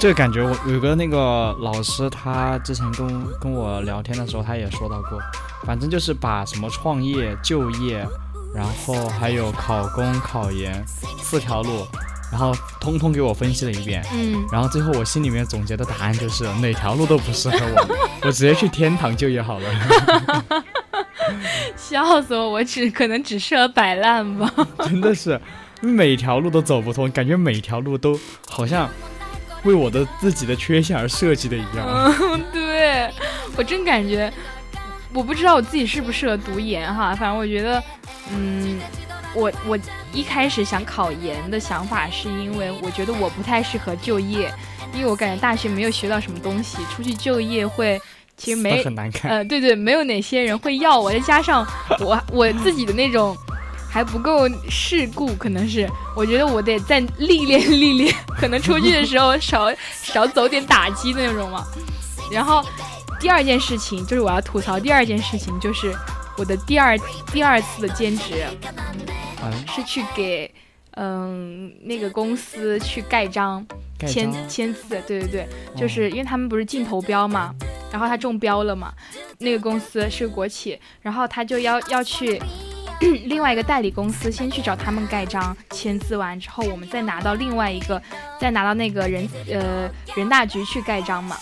Speaker 3: 这个感觉我有个那个老师，他之前跟跟我聊天的时候，他也说到过，反正就是把什么创业、就业，然后还有考公、考研四条路，然后通通给我分析了一遍。
Speaker 2: 嗯，
Speaker 3: 然后最后我心里面总结的答案就是哪条路都不适合 我，我直接去天堂就业好了。
Speaker 2: 笑死我，我只可能只适合摆烂吧。
Speaker 3: 真的是每条路都走不通，感觉每条路都好像为我的自己的缺陷而设计的一样。
Speaker 2: 嗯， 对我真感觉，我不知道我自己适不适合读研哈，反正我觉得，嗯，我我一开始想考研的想法是因为我觉得我不太适合就业，因为我感觉大学没有学到什么东西，出去就业会其实没
Speaker 3: 都很难 看。
Speaker 2: 呃，对对，没有哪些人会要我，再加上我我自己的那种还不够世故，可能是我觉得我得再历练 历练，可能出去的时候少少走点打击那种嘛。然后第二件事情就是我要吐槽，第二件事情就是我的第二第二次的兼职
Speaker 3: 嗯，
Speaker 2: 是去给嗯那个公司去盖章。
Speaker 3: 盖
Speaker 2: 签
Speaker 3: 章
Speaker 2: 签字，对对对，就是因为他们不是竞投标嘛，然后他中标了嘛，那个公司是个国企，然后他就要要去 另外一个代理公司先去找他们盖章签字完之后，我们再拿到另外一个，再拿到那个人呃人大局去盖章嘛，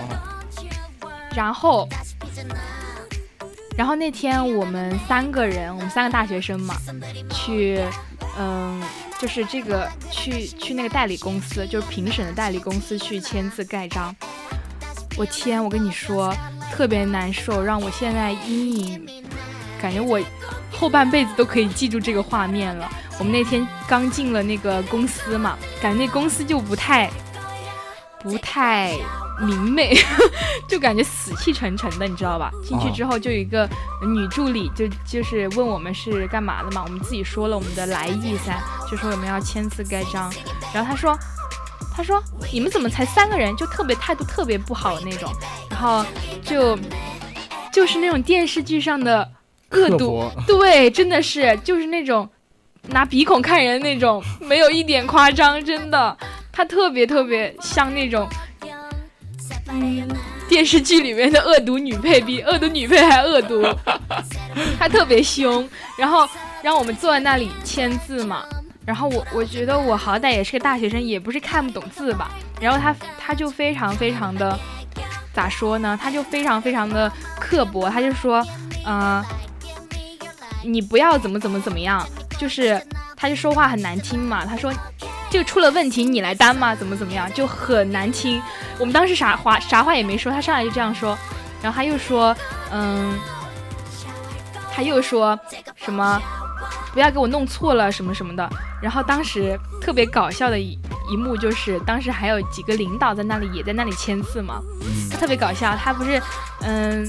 Speaker 3: 哦
Speaker 2: 然后。然后那天我们三个人，我们三个大学生嘛，去，嗯，就是这个去去那个代理公司，就是评审的代理公司去签字盖章。我天，我跟你说，特别难受，让我现在阴影，感觉我后半辈子都可以记住这个画面了。我们那天刚进了那个公司嘛，感觉那公司就不太不太明媚， 就感觉死气沉沉的，你知道吧？进去
Speaker 3: 哦
Speaker 2: 之后就有一个女助理就就是问我们是干嘛的嘛，我们自己说了我们的来意噻，就说我们要签字盖章，然后她说。她说：“你们怎么才三个人，就特别态度特别不好的那种，然后就就是那种电视剧上的恶
Speaker 3: 刻
Speaker 2: 毒，
Speaker 3: 薄，
Speaker 2: 对，真的是就是那种拿鼻孔看人那种，没有一点夸张，真的，他特别特别像那种，嗯，电视剧里面的恶毒女配，比恶毒女配还恶毒，他特别凶，然后让我们坐在那里签字嘛。然后我我觉得我好歹也是个大学生，也不是看不懂字吧。然后他他就非常非常的咋说呢？他就非常非常的刻薄，他就说，呃，你不要怎么怎么怎么样，就是他就说话很难听嘛，他说这个出了问题你来担嘛，怎么怎么样就很难听。我们当时啥话啥话也没说，他上来就这样说，然后他又说，嗯，他又说什么不要给我弄错了什么什么的。然后当时特别搞笑的一一幕就是，当时还有几个领导在那里也在那里签字嘛，
Speaker 3: 嗯
Speaker 2: 他特别搞笑，他不是，嗯，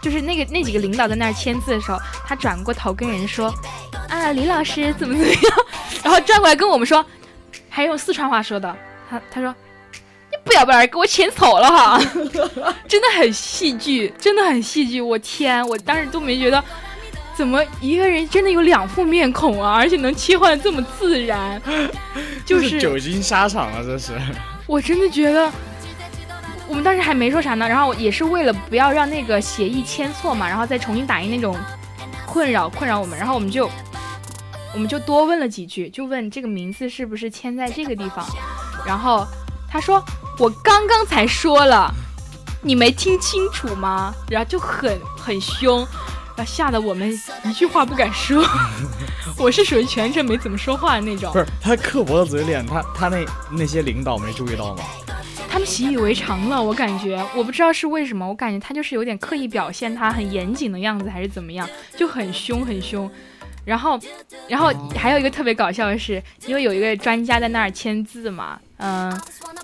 Speaker 2: 就是那个那几个领导在那儿签字的时候，他转过头跟人说，啊，李老师怎么怎么样， 然后转过来跟我们说，还用四川话说的，他他说，你不要不然给我签错了哈， 真的很戏剧，真的很戏剧，我天，我当时都没觉得。怎么一个人真的有两副面孔啊？而且能切换得这么自然， 就
Speaker 3: 这
Speaker 2: 是
Speaker 3: 酒精沙场啊，这是。
Speaker 2: 我真的觉得，我们当时还没说啥呢，然后也是为了不要让那个协议签错嘛，然后再重新打印那种困扰困扰我们，然后我们就我们就多问了几句，就问这个名字是不是签在这个地方，然后他说我刚刚才说了，你没听清楚吗？然后就很很凶，然后吓得我们一句话不敢说， 我是属于全程没怎么说话的那种
Speaker 3: 不。是他刻薄的嘴脸，他他那那些领导没注 意到吗？
Speaker 2: 他们习以为常了，我感觉，我不知道是为什么，我感觉他就是有点刻意表现他很严谨的样子，还是怎么样，就很凶很凶。然后，然后还有一个特别搞笑的是，因为有一个专家在那儿签字嘛，嗯、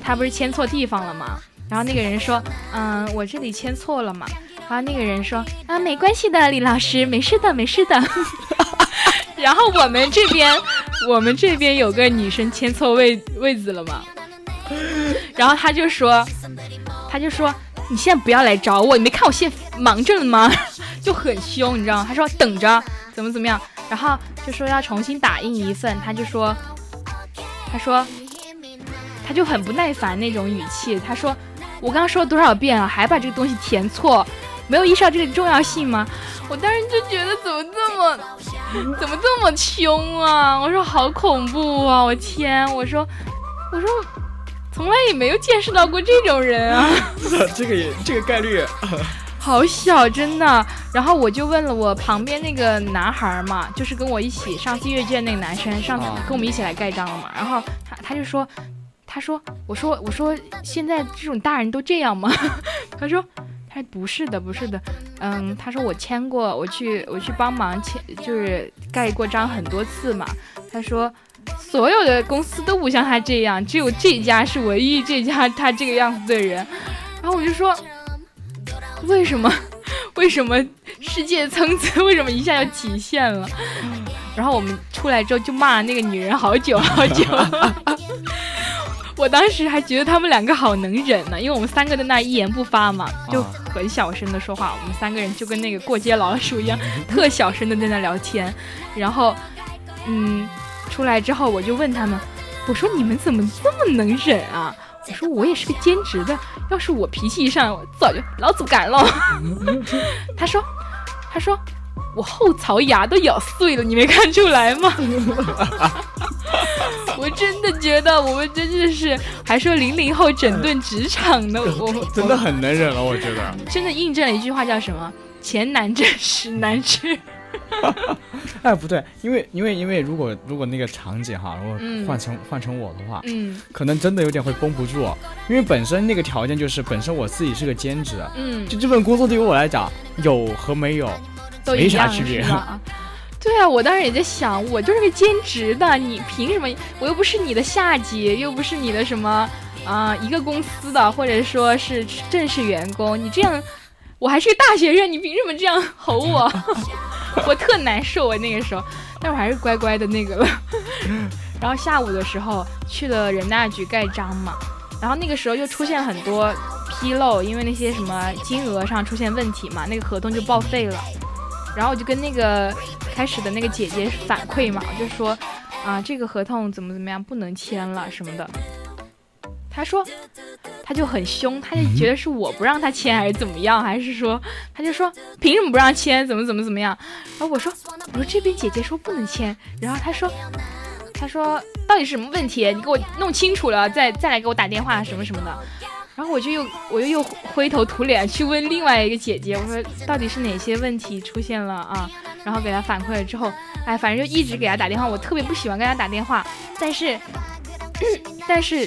Speaker 2: 他不是签错地方了嘛，然后那个人说，嗯、我这里签错了嘛，然后那个人说，啊，没关系的，李老师，没事的，没事的。 然后我们这边，我们这边有个女生签错位位子了嘛，然后他就说，他就说你现在不要来找我，你没看我现在忙着了吗？ 就很凶，你知道吗？他说等着，怎么怎么样，然后就说要重新打印一份，他就说，他说，他就很不耐烦那种语气，他说我刚刚说了多少遍了，还把这个东西填错，没有意识到这个重要性吗？我当时就觉得怎么这么。怎么这么凶啊！我说好恐怖啊！我天！我说，我说从来也没有见识到过这种人啊，
Speaker 3: 这个也这个概率，
Speaker 2: 好小，真的。然后我就问了我旁边那个男孩儿嘛，就是跟我一起上次阅卷那个男生，上次
Speaker 3: 啊
Speaker 2: 跟我们一起来盖章了嘛。然后他他就说，他说，我说我说现在这种大人都这样吗？ 他说。他说不是的，不是的，嗯，他说我签过，我去我去帮忙签，就是盖过章很多次嘛。他说所有的公司都不像他这样，只有这家是唯一这家他这个样子的人。然后我就说，为什么？ 为什么世界层次 为什么一下就体现了？然后我们出来之后就骂那个女人好久好久。 我当时还觉得他们两个好能忍呢，因为我们三个在那儿一言不发嘛，就
Speaker 3: 啊
Speaker 2: 很小声的说话。我们三个人就跟那个过街老鼠一样，特小声的在那聊天。然后，嗯，出来之后我就问他们，我说你们怎么这么能忍啊？我说我也是个兼职的，要是我脾气一上来，我早就老祖赶了。 他说，他说我后槽牙都咬碎了，你没看出来吗？ 我真的觉得我们真的是，还说零零后整顿职场呢，我我嗯
Speaker 3: 真的很能忍了，我觉得。
Speaker 2: 真的印证了一句话叫什么？钱难挣，屎难吃。
Speaker 3: 哎，不对，因为因为因为如果如果那个场景哈，如
Speaker 2: 嗯
Speaker 3: 果换成、换成我的话，
Speaker 2: 嗯
Speaker 3: 可能真的有点会绷不住，啊因为本身那个条件就是本身我自己是个兼职，啊
Speaker 2: 嗯，
Speaker 3: 就这份工作对于我来讲有和没有
Speaker 2: 都
Speaker 3: 没
Speaker 2: 一
Speaker 3: 啥
Speaker 2: 样
Speaker 3: 区别
Speaker 2: 是吧？对啊，我当时也在想，我就是个兼职的，你凭什么？我又不是你的下级，又不是你的什么啊、一个公司的，或者说是正式员工，你这样，我还是个大学生，你凭什么这样吼我？ 我特难受，我那个时候，但我还是乖乖的那个了。 然后下午的时候去了人大局盖章嘛，然后那个时候就出现很多纰漏，因为那些什么金额上出现问题嘛，那个合同就报废了。然后我就跟那个开始的那个姐姐反馈嘛，就说啊，这个合同怎么怎么样，不能签了什么的。她说，她就很凶，她就觉得是我不让她签还是怎么样，还是说，她就说凭什么不让签，怎么怎么怎么样。然后我说，我说这边姐姐说不能签，然后她说，她说到底是什么问题，你给我弄清楚了，再再来给我打电话什么什么的。然后我就又我就又灰头土脸去问另外一个姐姐，我说到底是哪些问题出现了啊？然后给她反馈了之后，哎，反正就一直给她打电话。我特别不喜欢跟她打电话，但是 但是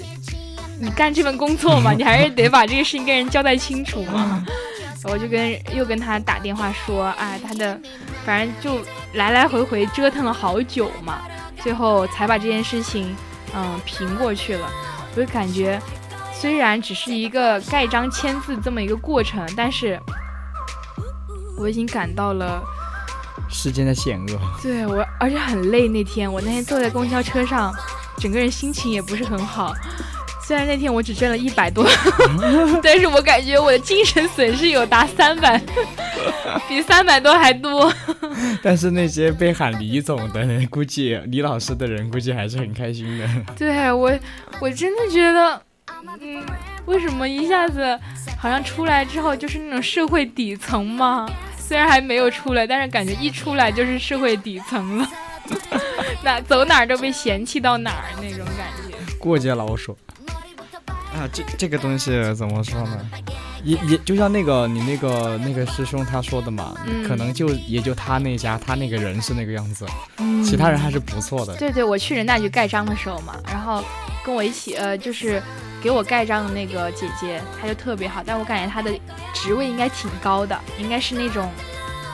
Speaker 2: 你干这份工作嘛，你还是得把这个事情跟人交代清楚嘛。 我就跟又跟她打电话说，哎，她的反正就来来回回折腾了好久嘛，最后才把这件事情嗯平过去了。我就感觉。虽然只是一个盖章签字这么一个过程，但是我已经感到了
Speaker 3: 世间的险恶。
Speaker 2: 对我，而且很累。那天我那天坐在公交车上，整个人心情也不是很好。虽然那天我只挣了一百多， 但是我感觉我的精神损失有达三百，比三百多还多。
Speaker 3: 但是那些被喊李总的人，估计李老师的人，估计还是很 开心的。
Speaker 2: 对我，我真的觉得，嗯，为什么一下子好像出来之后就是那种社会底层嘛？虽然还没有出来，但是感觉一出来就是社会底层了， 那走哪儿都被嫌弃到哪儿那种感觉。
Speaker 3: 过街老鼠啊，这这个东西怎么说呢？
Speaker 2: 嗯
Speaker 3: 也也就像那个你那个那个师兄他说的嘛，
Speaker 2: 嗯
Speaker 3: 可能就也就他那家他那个人是那个样子，
Speaker 2: 嗯
Speaker 3: 其他人还是不错的。
Speaker 2: 对对，我去人大局盖章的时候嘛，然后跟我一起呃，就是给我盖章的那个姐姐，她就特别好，但我感觉她的职位应该挺高的，应该是那种，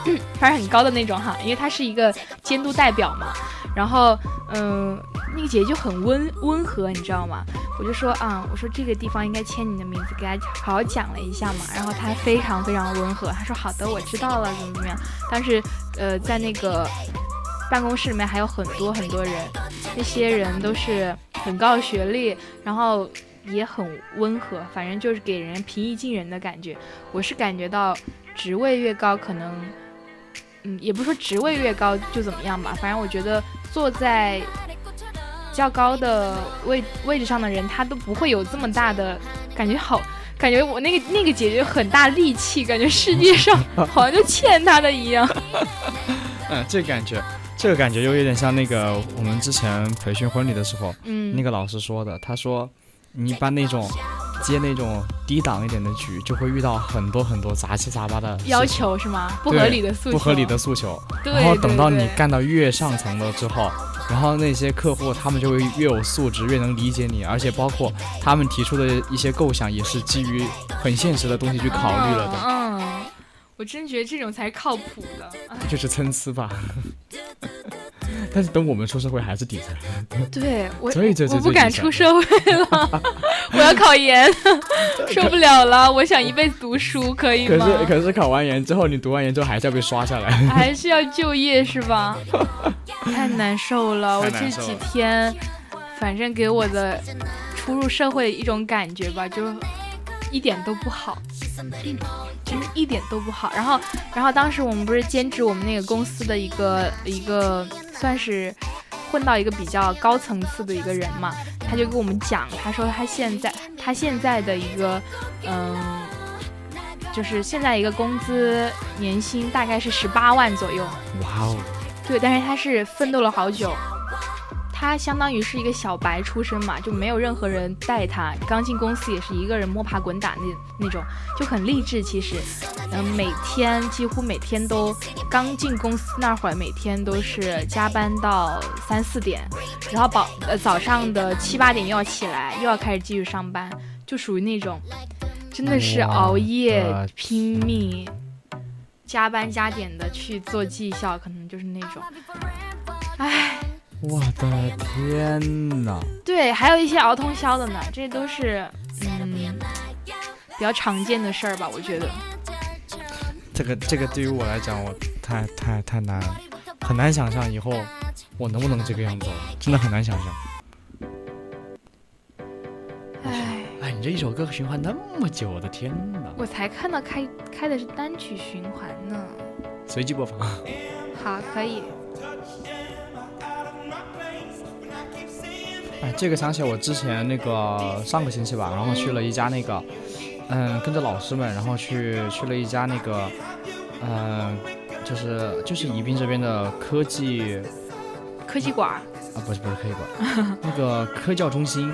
Speaker 2: 反正很高的那种哈，因为她是一个监督代表嘛。然后嗯、那个姐姐就很温温和，你知道吗？我就说啊、我说这个地方应该签你的名字，给她好好讲了一下嘛。然后她非常非常温和，她说好的，我知道了，怎么怎么样。但是呃，在那个办公室里面还有很多很多人，那些人都是很高学历，然后也很温和，反正就是给人平易近人的感觉。我是感觉到职位越高，可能，嗯，也不是说职位越高就怎么样吧，反正我觉得坐在较高的位位置上的人，他都不会有这么大的感觉好。 感觉我那个那个姐姐很大力气，感觉世界上好像就欠她的一样。
Speaker 3: 嗯，这感觉，这个感觉又有点像那个我们之前培训婚礼的时候，
Speaker 2: 嗯，
Speaker 3: 那个老师说的，他说你一般那种接那种低档一点的局，就会遇到很多很多杂七杂八的事
Speaker 2: 要
Speaker 3: 情
Speaker 2: 求是吗？不
Speaker 3: 对
Speaker 2: 合理的诉求，
Speaker 3: 不合理的诉求，
Speaker 2: 对，
Speaker 3: 然后等到你
Speaker 2: 对
Speaker 3: 干到越上层了之后，然后那些客户他们就会越有素质，越能理解你，而且包括他们提出的一些构想也是基于很现实的东西去考虑了的，
Speaker 2: 嗯。嗯我真觉得这种才是靠谱的，哎
Speaker 3: 就是参差吧。 但是等我们出社会还是底层，
Speaker 2: 对我
Speaker 3: 所以这
Speaker 2: 我
Speaker 3: 这
Speaker 2: 不
Speaker 3: 这
Speaker 2: 敢
Speaker 3: 影响
Speaker 2: 出社会了， 我要考研， 受不了了，我想一辈子读书，可以
Speaker 3: 可
Speaker 2: 吗？
Speaker 3: 是可是考完研之后，你读完研之后还是要被刷下 来。
Speaker 2: 还是要就业是 吧？太难受了，我
Speaker 3: 太
Speaker 2: 这
Speaker 3: 难受了
Speaker 2: 几天，反正给我的初入社会的一种感觉吧，就一点都不好，真的一点都不好。然后，然后当时我们不是兼职我们那个公司的一个一个算是。混到一个比较高层次的一个人嘛，他就跟我们讲，他说他现在他现在的一个，嗯、就是现在一个工资年薪大概是十八万左右，
Speaker 3: 哇哦，
Speaker 2: 对，但是他是奋斗了好久，他相当于是一个小白出身嘛，就没有任何人带他，刚进公司也是一个人摸爬滚打那那种，就很励志。其实，嗯、每天几乎每天都刚进公司那会儿，每天都是加班到三四点，然后早呃早上的七八点又要起来，又要开始继续上班，就属于那种真的是
Speaker 3: 哇
Speaker 2: 熬夜
Speaker 3: 呃
Speaker 2: 拼命。加班加点的去做绩效，可能就是那种，唉，
Speaker 3: 我的天呐，
Speaker 2: 对，还有一些熬通宵的呢，这都是嗯比较常见的事儿吧，我觉得。
Speaker 3: 这个这个对于我来讲，我太太太难，很难想象以后我能不能这个样子了，真的很难想象。
Speaker 2: 唉，
Speaker 3: 哎，你这一首歌循环那么久，我的天呐！
Speaker 2: 我才看到开开的是单曲循环呢。
Speaker 3: 随机播放，
Speaker 2: 好，可以。
Speaker 3: 哎，这个想起我之前那个上个星期吧，然后去了一家那个，嗯，跟着老师们，然后去去了一家那个，嗯，就是就是宜宾这边的科技
Speaker 2: 科技馆儿、
Speaker 3: 啊，不是不是科技馆，那个科教中心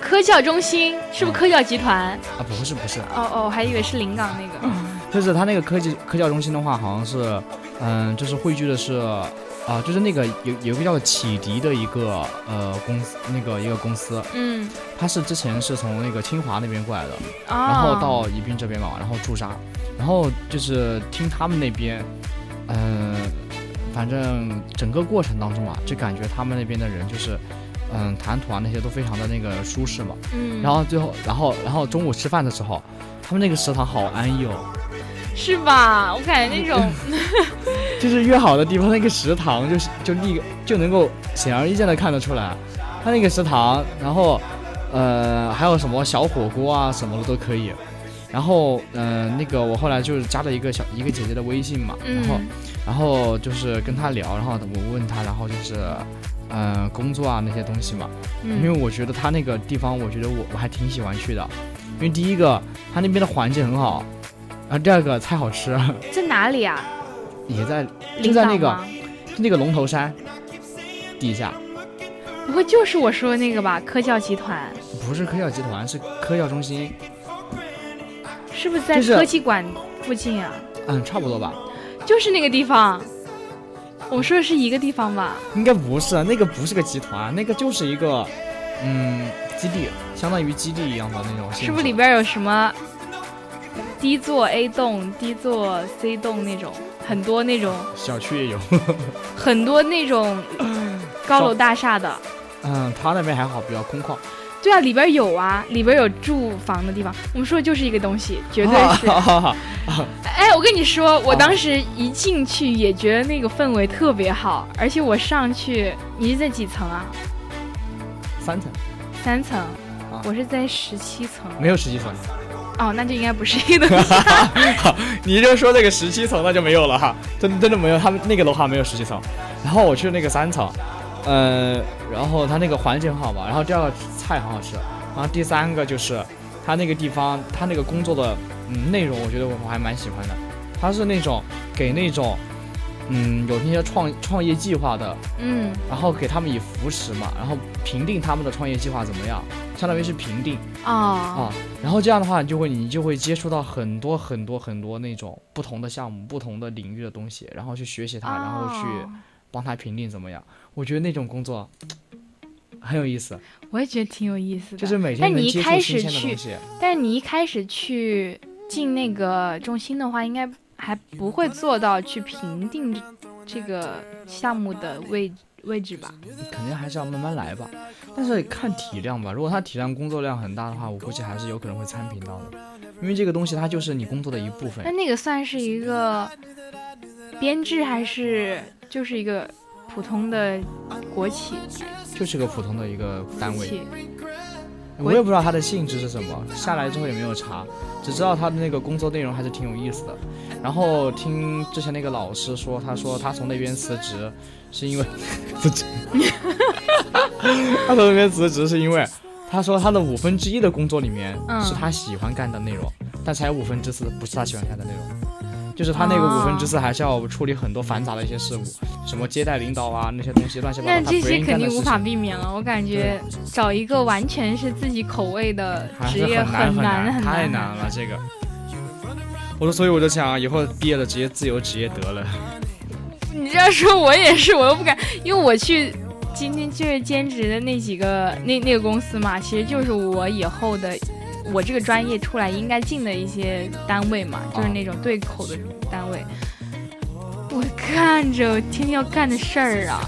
Speaker 2: 科教中心
Speaker 3: 嗯
Speaker 2: 是不是科教集团？
Speaker 3: 啊，不是不是，
Speaker 2: 哦哦，我还以为是临港那个。
Speaker 3: 嗯就是它那个科技科教中心的话，好像是，嗯，就是汇聚的是，啊、就是那个有有一个叫启迪的一个呃公司，那个一个公司，
Speaker 2: 嗯，
Speaker 3: 它是之前是从那个清华那边过来的，
Speaker 2: 哦。
Speaker 3: 然后到宜宾这边嘛，然后驻扎，然后就是听他们那边，嗯、反正整个过程当中啊，就感觉他们那边的人就是，嗯，谈吐啊那些都非常的那个舒适嘛，
Speaker 2: 嗯，
Speaker 3: 然后最后，然后然后中午吃饭的时候，他们那个食堂好安逸哦。
Speaker 2: 是吧？我感觉那种
Speaker 3: 就是越好的地方，那个食堂就是就立就能够显而易见的看得出来，它那个食堂，然后呃还有什么小火锅啊什么的都可以。然后嗯、呃那个我后来就是加了一个小一个姐姐的微信嘛，然后
Speaker 2: 嗯
Speaker 3: 然后就是跟她聊，然后我问她，然后就是嗯、呃工作啊那些东西嘛，因为
Speaker 2: 嗯
Speaker 3: 我觉得他那个地方，我觉得我我还挺喜欢去的，因为第一个他那边的环境很好，然后第二个菜好吃，
Speaker 2: 在哪里啊？
Speaker 3: 也在就
Speaker 2: 临
Speaker 3: 在
Speaker 2: 港
Speaker 3: 那个
Speaker 2: 吗
Speaker 3: 就那个龙头山底下，
Speaker 2: 不会就是我说的那个吧？科教集团
Speaker 3: 不是科教集团，是科教中心，
Speaker 2: 是不是在
Speaker 3: 就是
Speaker 2: 科技馆附近啊？
Speaker 3: 嗯，差不多吧，
Speaker 2: 就是那个地方。我说的是一个地方吧？
Speaker 3: 应该不是，啊那个不是个集团，那个就是一个嗯基地，相当于基地一样的那种性质，
Speaker 2: 是不是里边有什么低座 A 栋、低座 C 栋那种，很多那种
Speaker 3: 小区也有，
Speaker 2: 很多那 种高楼大厦的？
Speaker 3: 嗯，他那边还好，比较空旷，
Speaker 2: 对啊，里边有啊，里边有住房的地方。我们说的就是一个东西，绝对是。
Speaker 3: 啊
Speaker 2: 哎，我跟你说，我当时一进去也觉得那个氛围特别好，而且我上去，你是在几层啊？
Speaker 3: 三层
Speaker 2: 三层
Speaker 3: 啊，
Speaker 2: 我是在十七层。
Speaker 3: 没有十几层。
Speaker 2: 哦，那就应该不是一个东西。
Speaker 3: 你就说那个十七层那就没有了哈，真真的没有，他们那个楼哈没有十七层。然后我去那个三层，呃，然后它那个环境好嘛，然后第二个菜很好吃，然后第三个就是它那个地方，它那个工作的嗯内容，我觉得我还蛮喜欢的。它是那种给那种嗯有那些创创业计划的，
Speaker 2: 嗯，
Speaker 3: 然后给他们以扶持嘛，然后评定他们的创业计划怎么样，相当于是评定。
Speaker 2: 哦，
Speaker 3: 啊，然后这样的话，你就会你就会接触到很多很多很多那种不同的项目、不同的领域的东西，然后去学习它，啊然后去
Speaker 2: 哦
Speaker 3: 帮他评定怎么样。我觉得那种工作很有意思，
Speaker 2: 我也觉得挺有意思的。
Speaker 3: 就是每
Speaker 2: 但
Speaker 3: 天能
Speaker 2: 你
Speaker 3: 接
Speaker 2: 一
Speaker 3: 触
Speaker 2: 开
Speaker 3: 新
Speaker 2: 始
Speaker 3: 鲜的东
Speaker 2: 去，
Speaker 3: 西。
Speaker 2: 但是你一开始去进那个中心的话，应该还不会做到去评定这个项目的位位置吧？
Speaker 3: 肯定还是要慢慢来吧。但是看体量吧，如果他体量工作量很大的话，我估计还是有可能会参评到的，因为这个东西它就是你工作的一部分
Speaker 2: 那。那个算是一个编制还是就是一个普通的国企？
Speaker 3: 就是个普通的一个单
Speaker 2: 国
Speaker 3: 位，
Speaker 2: 企
Speaker 3: 我也不知道它的性质是什么，下来之后也没有查，只知道他的那个工作内容还是挺有意思的。然后听之前那个老师说，他说他从那边辞职是因为辞职， 他从那边辞职是因为他说他的五分之一的工作里面
Speaker 2: 嗯
Speaker 3: 是他喜欢干的内容，但才有五分之四不是他喜欢干的内容。就是他那个
Speaker 2: 哦
Speaker 3: 五分之四还是要处理很多繁杂的一些事务，什么接待领导啊那些东西乱七八
Speaker 2: 那
Speaker 3: 糟，他
Speaker 2: 这
Speaker 3: 不愿
Speaker 2: 些
Speaker 3: 意
Speaker 2: 肯
Speaker 3: 干的
Speaker 2: 定
Speaker 3: 事
Speaker 2: 无
Speaker 3: 情
Speaker 2: 法。避免了。我感觉找一个完全是自己口味的
Speaker 3: 还
Speaker 2: 职
Speaker 3: 是
Speaker 2: 业
Speaker 3: 很难
Speaker 2: 很
Speaker 3: 难，
Speaker 2: 很
Speaker 3: 太
Speaker 2: 难
Speaker 3: 难。了这个。我说，所以我就想啊以后毕业了直接自由职业得了。
Speaker 2: 你这样说，我也是，我又不敢，因为我去今天就是兼职的那几个那那个公司嘛，其实就是我以后的我这个专业出来应该进的一些单位嘛，就是那种对口的单位。我看着天天要干的事儿啊，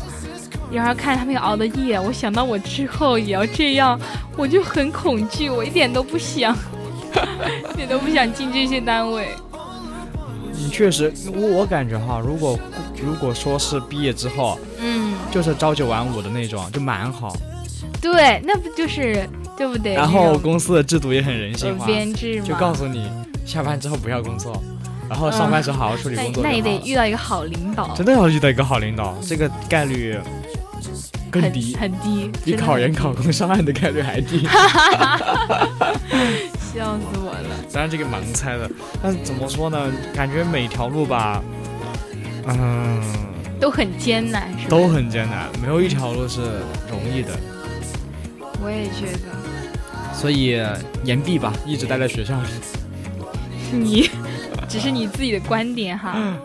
Speaker 2: 然后看他们熬的夜，我想到我之后也要这样，我就很恐惧，我一点都不想， 一点都不想进这些单位。
Speaker 3: 嗯，确实，我我感觉哈，如果如果说是毕业之后，
Speaker 2: 嗯，
Speaker 3: 就是朝九晚五的那种，就蛮好。
Speaker 2: 对，那不就是对不对？
Speaker 3: 然后公司的制度也很人性
Speaker 2: 总
Speaker 3: 化，
Speaker 2: 编制嘛，
Speaker 3: 就告诉你下班之后不要工作，然后上班时候好好处理
Speaker 2: 那
Speaker 3: 工作、
Speaker 2: 那也得遇到一个好领导，
Speaker 3: 真的要遇到一个好领导，这个概率更
Speaker 2: 很
Speaker 3: 低，
Speaker 2: 很低，
Speaker 3: 比
Speaker 2: 真的
Speaker 3: 考
Speaker 2: 很
Speaker 3: 研
Speaker 2: 低
Speaker 3: 考公上岸的概率还低。
Speaker 2: 笑死我了。
Speaker 3: 当然这个盲猜的，但是怎么说呢？感觉每条路吧，嗯，
Speaker 2: 都很艰难，是吧？
Speaker 3: 都很艰难，没有一条路是容易的。
Speaker 2: 我也觉得
Speaker 3: 所以言毕吧，一直待在学校里。
Speaker 2: 你只是你自己的观点
Speaker 3: 嗯
Speaker 2: 哈。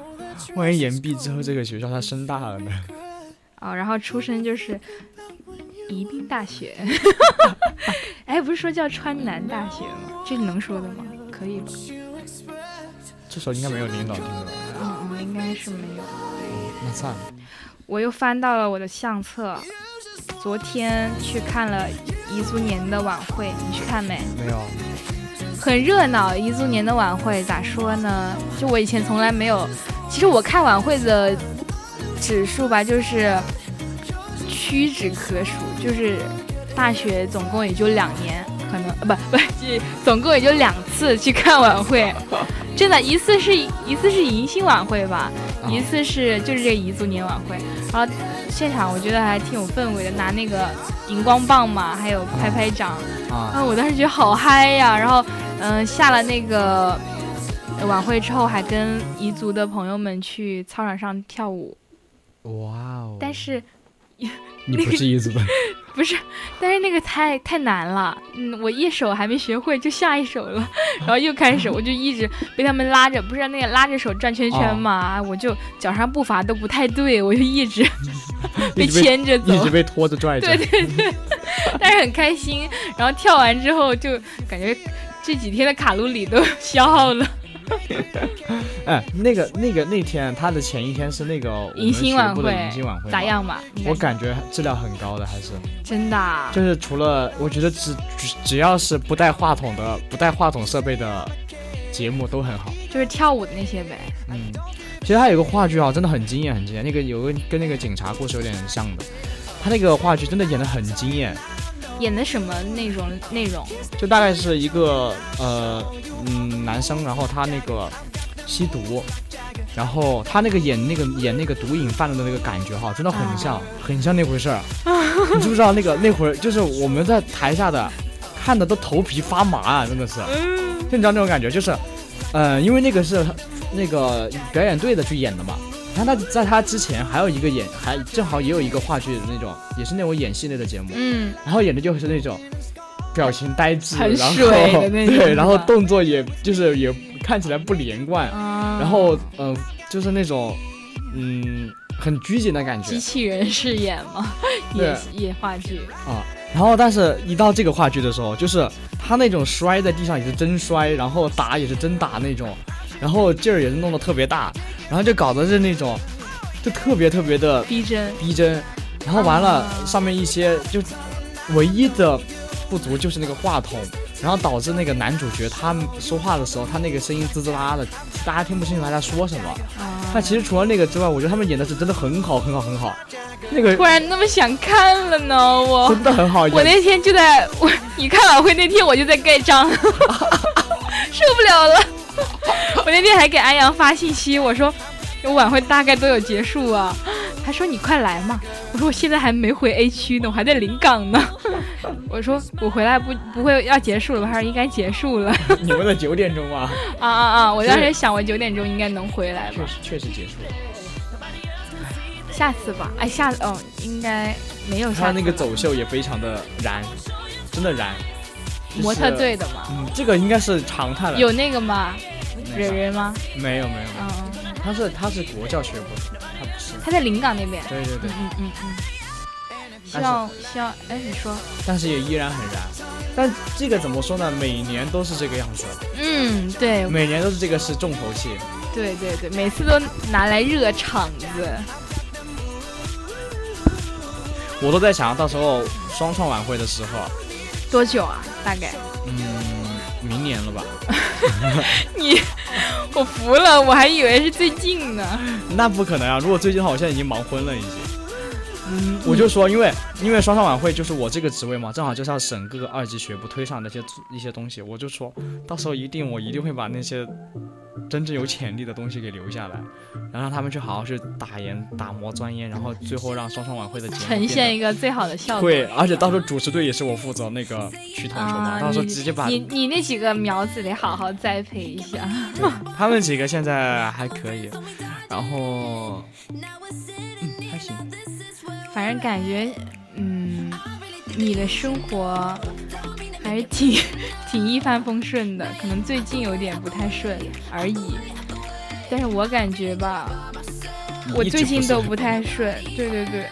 Speaker 3: 万一言毕之后这个学校它升大了呢？
Speaker 2: 哦，然后出身就是宜宾大 学，哎，不是说叫川南大学吗？这你能说的吗？可以吧？
Speaker 3: 这时候应该没有领导听到。
Speaker 2: 嗯嗯，应该是没有。
Speaker 3: 那算了，
Speaker 2: 我又翻到了我的相册，昨天去看了彝族年的晚会，你去看没？
Speaker 3: 没有。
Speaker 2: 很热闹，彝族年的晚会咋说呢？就我以前从来没有，其实我看晚会的指数吧，就是屈指可数，就是大学总共也就两年，可能呃不 不，这总共也就两次去看晚会，真的，一次是一次是迎新晚会吧，一次是就是这个彝族年晚会，然后现场我觉得还挺有氛围的，拿那个荧光棒嘛，还有拍拍掌。
Speaker 3: 啊，
Speaker 2: 啊，我当时觉得好嗨呀！然后，嗯、下了那个呃晚会之后，还跟彝族的朋友们去操场上跳舞。
Speaker 3: 哇哦！
Speaker 2: 但是
Speaker 3: 你不是彝族的，
Speaker 2: 不是，但是那个太太难了，嗯，我一首还没学会就下一首了， 然后又开始，我就一直被他们拉着，不是那个拉着手转圈圈
Speaker 3: 啊
Speaker 2: 嘛，我就脚上步伐都不太对，我就一 直被
Speaker 3: 一直被
Speaker 2: 牵着
Speaker 3: 一
Speaker 2: 走
Speaker 3: 直。被拖着拽着。
Speaker 2: 对对对， 但是很开心。然后跳完之后，就感觉这几天的卡路里都 消耗了。
Speaker 3: 哎，那个那个那天他的前一天是那个我们
Speaker 2: 迎新晚
Speaker 3: 学部
Speaker 2: 会
Speaker 3: 的迎新晚会嘛
Speaker 2: 咋？样吧？应该
Speaker 3: 我感觉质量很高的，还是
Speaker 2: 真的啊
Speaker 3: 就是除了我觉得只只只要是不带话筒的、不带话筒设备的节目都很好。
Speaker 2: 就是跳舞的那些呗。
Speaker 3: 嗯，其实他有个话剧啊，真的很惊艳，很惊艳。那个有个跟那个警察故事有点像的，他那个话剧真的演得很惊艳，
Speaker 2: 演的什么那种内容？
Speaker 3: 就大概是一个呃嗯男生，然后他那个吸毒，然后他那个演那个演那个毒瘾犯人的那个感觉哈，真的很像，很像那回事儿。你知不知道那个那会儿就是我们在台下的看的都头皮发麻啊，真的是，就你知道那种感觉，就是呃因为那个是那个表演队的去演的嘛。然后他在他之前还有一个演，还正好也有一个话剧的那种，也是那种演戏类的节目。
Speaker 2: 嗯，
Speaker 3: 然后演的就是那种表情呆滞，
Speaker 2: 很
Speaker 3: 然后
Speaker 2: 水的 那种是吧
Speaker 3: 对，然后动作也就是也看起来不连贯，
Speaker 2: 啊
Speaker 3: 然后嗯、呃就是那种嗯很拘谨的感觉
Speaker 2: 机器人饰演嘛，
Speaker 3: 对
Speaker 2: 演演话剧。
Speaker 3: 啊。然后，但是一到这个话剧的时候，就是他那种摔在地上也是真摔，然后打也是真打那种，然后劲儿也是弄得特别大，然后就搞得是那种就特别特别的
Speaker 2: 逼真，
Speaker 3: 逼真，然后完了
Speaker 2: 啊
Speaker 3: 上面一些就唯一的不足就是那个话筒，然后导致那个男主角他说话的时候，他那个声音滋滋啦啦的，大家听不清楚他在说什么。
Speaker 2: 啊
Speaker 3: 但其实除了那个之外，我觉得他们演的是真的很好，很好，很好，那个
Speaker 2: 突然那么想看了呢，我
Speaker 3: 真的很好
Speaker 2: 哦 我
Speaker 3: 演。
Speaker 2: 那天就在我你开晚会那天我就在盖章， 受不了了。我那天还给安阳发信息，我说我晚会大概都有结束啊。他说你快来嘛，我说我现在还没回 A 区呢，我还在临港呢。我说我回来不不会要结束了吧？他说应该结束了。
Speaker 3: 你们的九点钟 啊，
Speaker 2: 啊啊啊！我当时
Speaker 3: 是
Speaker 2: 想我九点钟应该能回来吧
Speaker 3: 确，实确实结束了。
Speaker 2: 下次吧。哎，下次哦，应该没有下
Speaker 3: 他
Speaker 2: 次
Speaker 3: 那个
Speaker 2: 吧
Speaker 3: 走秀也非常的燃，真的燃。就是
Speaker 2: 模特，队的嘛，
Speaker 3: 嗯，这个应该是常态了。
Speaker 2: 有那个吗？
Speaker 3: 那
Speaker 2: 蕊
Speaker 3: 啥
Speaker 2: 蕊吗？
Speaker 3: 没有没有，没有
Speaker 2: 嗯，嗯
Speaker 3: 他是他是国教学部的，他不是。
Speaker 2: 他在临港那边。
Speaker 3: 对对对。
Speaker 2: 嗯嗯嗯嗯，希
Speaker 3: 但是
Speaker 2: 望希望，哎，你说，
Speaker 3: 但是也依然很燃。啊但这个怎么说呢？每年都是这个样子，
Speaker 2: 嗯，对，
Speaker 3: 每年都是这个是重头戏。
Speaker 2: 对对对，每次都拿来热场子。
Speaker 3: 我都在想，到时候双创晚会的时候，
Speaker 2: 多久啊？大概？
Speaker 3: 嗯，明年了吧？
Speaker 2: 你，我服了，我还以为是最近呢。
Speaker 3: 那不可能啊！如果最近的话，我现在已经忙昏了，已经。我就说，因为因为双创晚会就是我这个职位嘛，正好就是要审各个二级学部推上那些一些东西。我就说到时候一定我一定会把那些真正有潜力的东西给留下来，然后让他们去好好去打研、打磨、钻研，然后最后让双创晚会的节目
Speaker 2: 呈现一
Speaker 3: 一
Speaker 2: 个最好的 效果。
Speaker 3: 对，而且到时候主持队也是我负责那个去统筹嘛，
Speaker 2: 啊，
Speaker 3: 到时候
Speaker 2: 你
Speaker 3: 直接把
Speaker 2: 你你那几个苗子得好好栽培一下。
Speaker 3: 他们几个现在还可以，然后嗯还行，
Speaker 2: 反正感觉，嗯，你的生活还是挺挺一帆风顺的，可能最近有点不太顺而已。但是我感觉吧，我
Speaker 3: 一直
Speaker 2: 最近
Speaker 3: 是
Speaker 2: 都
Speaker 3: 很
Speaker 2: 不太顺，对对对，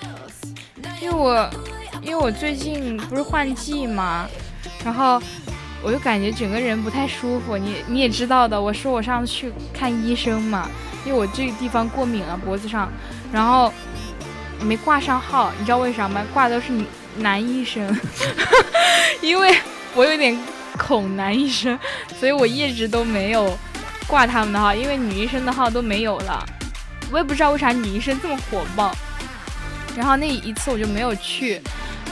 Speaker 2: 因为我因为我最近不是换季嘛，然后我就感觉整个人不太舒服。你你也知道的，我说我上次去看医生嘛，因为我这个地方过敏了，脖子上，然后没挂上号，你知道为啥吗？挂的都是男医生， 因为我有点恐男医生，所以我一直都没有挂他们的号，因为女医生的号都没有了。我也不知道为啥女医生这么火爆。然后那一次我就没有去，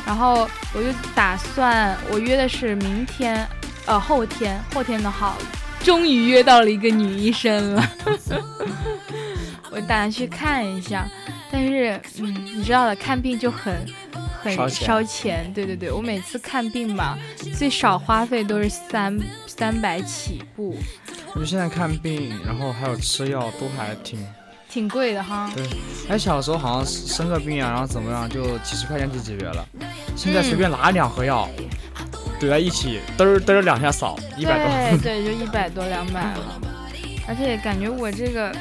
Speaker 2: 然后我就打算我约的是明天，呃后天后天的号，终于约到了一个女医生了， 我打算去看一下。但是，嗯，你知道的，看病就很很
Speaker 3: 烧钱
Speaker 2: 烧钱，对对对，我每次看病吧，最少花费都是三三百起步，
Speaker 3: 我就现在看病，然后还有吃药都还挺
Speaker 2: 挺贵的哈。
Speaker 3: 对，哎，小时候好像生个病啊，然后怎么样，就几十块钱就解决了。现在随
Speaker 2: 嗯
Speaker 3: 便拿两盒药，怼在一起，嘚儿嘚儿两下扫，一百多。
Speaker 2: 对对，就一百多两百了，而且感觉我这个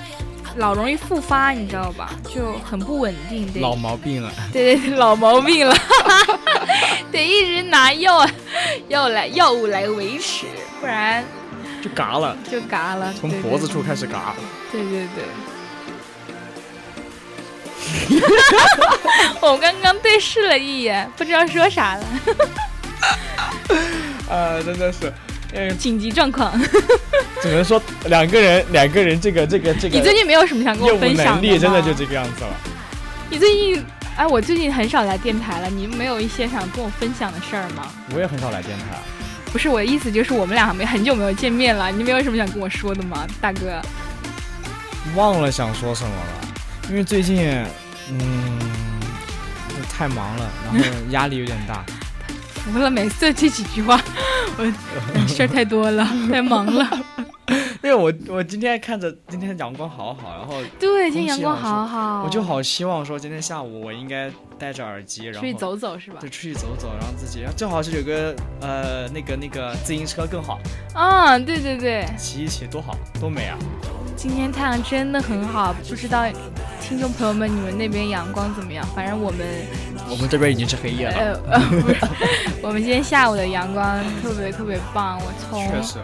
Speaker 2: 老容易复发，你知道吧？就很不稳定，得
Speaker 3: 老毛病了，
Speaker 2: 对对对老毛病了， 得一直拿药药来药物来维持，不然
Speaker 3: 就嘎了，
Speaker 2: 就嘎了。
Speaker 3: 从
Speaker 2: 对对
Speaker 3: 脖子处开始嘎。
Speaker 2: 对对 对。我刚刚对视了一眼，不知道说啥了。
Speaker 3: 呃，真的是，呃，
Speaker 2: 紧急状况，
Speaker 3: 只能说两个人，两个人这个这个这个
Speaker 2: 你最近没有什么想跟
Speaker 3: 业
Speaker 2: 我
Speaker 3: 务
Speaker 2: 分享
Speaker 3: 能
Speaker 2: 的
Speaker 3: 力真的
Speaker 2: 吗
Speaker 3: 就这个样子了。
Speaker 2: 你最近，哎，我最近很少来电台了，你没有一些想跟我分享的事儿吗？
Speaker 3: 我也很少来电台，啊
Speaker 2: 不是我的意思，就是我们俩没很久没有见面了，你没有什么想跟我说的吗，大哥？
Speaker 3: 忘了想说什么了，因为最近，嗯，太忙了，然后压力有点大。
Speaker 2: 服了，每次这几句话，我哎事儿太多 了，太忙了。
Speaker 3: 因为我我今天看着今天阳光好好，然后
Speaker 2: 对，今天阳光好好，
Speaker 3: 我就好希望说今天下午我应该戴着耳机，然
Speaker 2: 出
Speaker 3: 后
Speaker 2: 去走走是吧
Speaker 3: 对，？出去走走，然后自己最好是有个呃那个那个自行车更好，
Speaker 2: 啊，对对对，
Speaker 3: 骑一骑多好多美啊！
Speaker 2: 今天太阳真的很好，不知道听众朋友们你们那边阳光怎么样？反正我们
Speaker 3: 我们这边已经是黑夜了，
Speaker 2: 呃 呃不是，我们今天下午的阳光特别特别棒，我从
Speaker 3: 确实，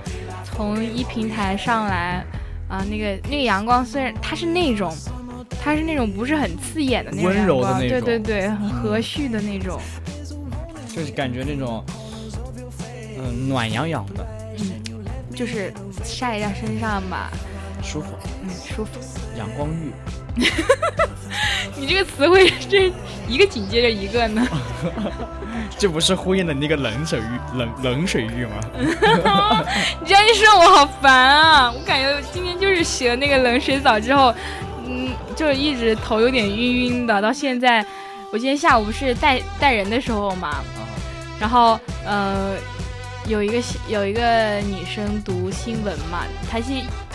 Speaker 2: 从一平台上来，啊、那个那个阳光虽然它是那种，它是那种不是很刺眼的那种
Speaker 3: 温
Speaker 2: 阳
Speaker 3: 柔
Speaker 2: 光，
Speaker 3: 的那
Speaker 2: 对
Speaker 3: 种
Speaker 2: 对对，很和煦的那种，
Speaker 3: 就是感觉那种嗯、暖洋洋的，
Speaker 2: 就是晒一下身上吧，
Speaker 3: 舒服，
Speaker 2: 嗯，舒服。
Speaker 3: 阳光浴。
Speaker 2: 你这个词汇这一个紧接着一个呢，
Speaker 3: 这不是呼应的那个冷水浴冷冷水浴吗？
Speaker 2: 你这样一说我好烦啊！我感觉今天就是洗了那个冷水澡之后，嗯，就是一直头有点晕晕的，到现在，我今天下午不是带带人的时候嘛，
Speaker 3: 啊，
Speaker 2: 然后呃，有一个新有一个女生读新闻嘛，她是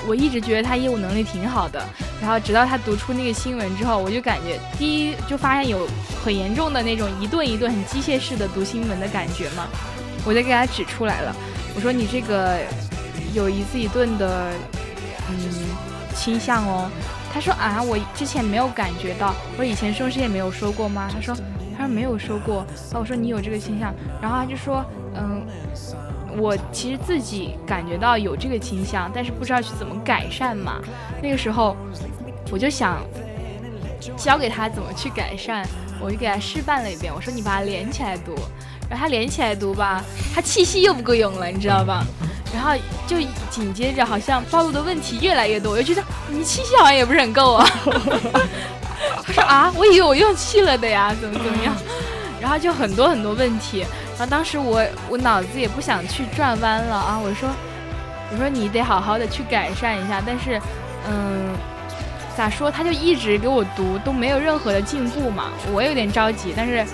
Speaker 2: 我一直觉得她业务能力挺好的，然后直到她读出那个新闻之后，我就感觉第一就发现有很严重的那种一顿一顿很机械式的读新闻的感觉嘛，我就给她指出来了，我说你这个有一字一顿的嗯倾向哦。她说啊，我之前没有感觉到，我以前生师也没有说过吗？她说，她说然没有说过。啊，我说你有这个倾向，然后他就说，嗯，我其实自己感觉到有这个倾向，但是不知道去怎么改善嘛。那个时候，我就想呃教给他怎么去改善，我就给他示范了一遍。我说你把它连起来读，然后他连起来读吧，他气息又不够用了，你知道吧？然后就紧接着好像暴露的问题越来越多，我就觉得你气息好像也不是很够啊。他说啊，我以为我用气了的呀，怎么怎么样？然后就很多很多问题。然后当时我我脑子也不想去转弯了啊，我说我说你得好好的去改善一下，但是嗯。咋说？他就一直给我读，都没有任何的进步嘛。我有点着急，但是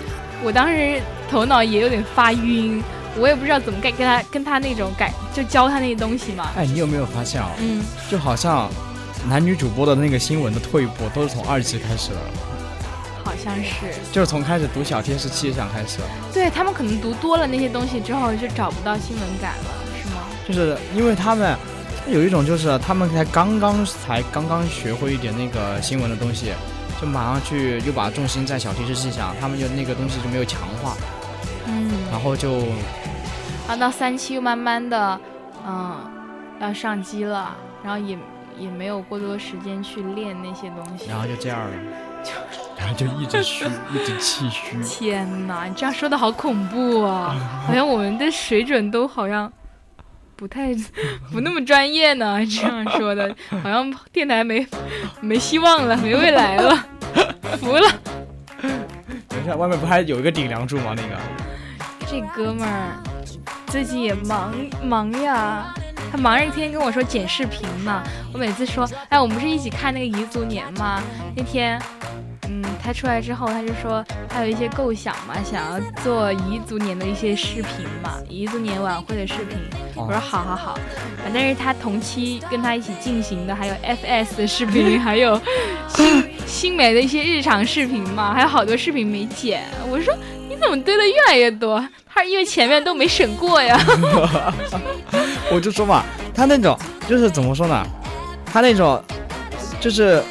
Speaker 2: 我当时头脑也有点发晕，我也不知道怎么改跟他跟他那种改，就教他那东西嘛。
Speaker 3: 哎，你有没有发现啊？
Speaker 2: 嗯，
Speaker 3: 就好像男女主播的那个新闻的退步都是从二级开始的，
Speaker 2: 好像是。
Speaker 3: 就是从开始读小天使气象开始，
Speaker 2: 对他们可能读多了那些东西之后，就找不到新闻感了，是吗？
Speaker 3: 就是因为他们有一种就是他们才刚刚才刚刚学会一点那个新闻的东西，就马上去又把重心在小天使气象，他们就那个东西就没有强化，
Speaker 2: 嗯。
Speaker 3: 然后就
Speaker 2: 然后到三期又慢慢的，嗯，要上机了，然后也也没有过多时间去练那些东西。
Speaker 3: 然后就这样了，然后就一直虚，一直气虚。
Speaker 2: 天哪，你这样说的好恐怖 啊！好像我们的水准都好像不太 不那么专业呢。 这样说的，好像电台没没希望了，没未来了，服了。
Speaker 3: 等一下，外面不还有一个顶梁柱吗？那个
Speaker 2: 这哥们儿最近也忙忙呀，他忙着一天跟我说剪视频呢。我每次说，哎，我们不是一起看那个《彝族年》吗？那天，嗯，他出来之后，他就说他有一些构想嘛，想要做彝族年的一些视频嘛，彝族年晚会的视频。我说好好好，啊但是他同期跟他一起进行的还有 FS 的视频， 还有新新美的一些日常视频嘛，还有好多视频没剪。我说你怎么堆的越来越多？他是因为前面都没审过呀。
Speaker 3: 我就说嘛，他那种就是怎么说呢？他那种就是，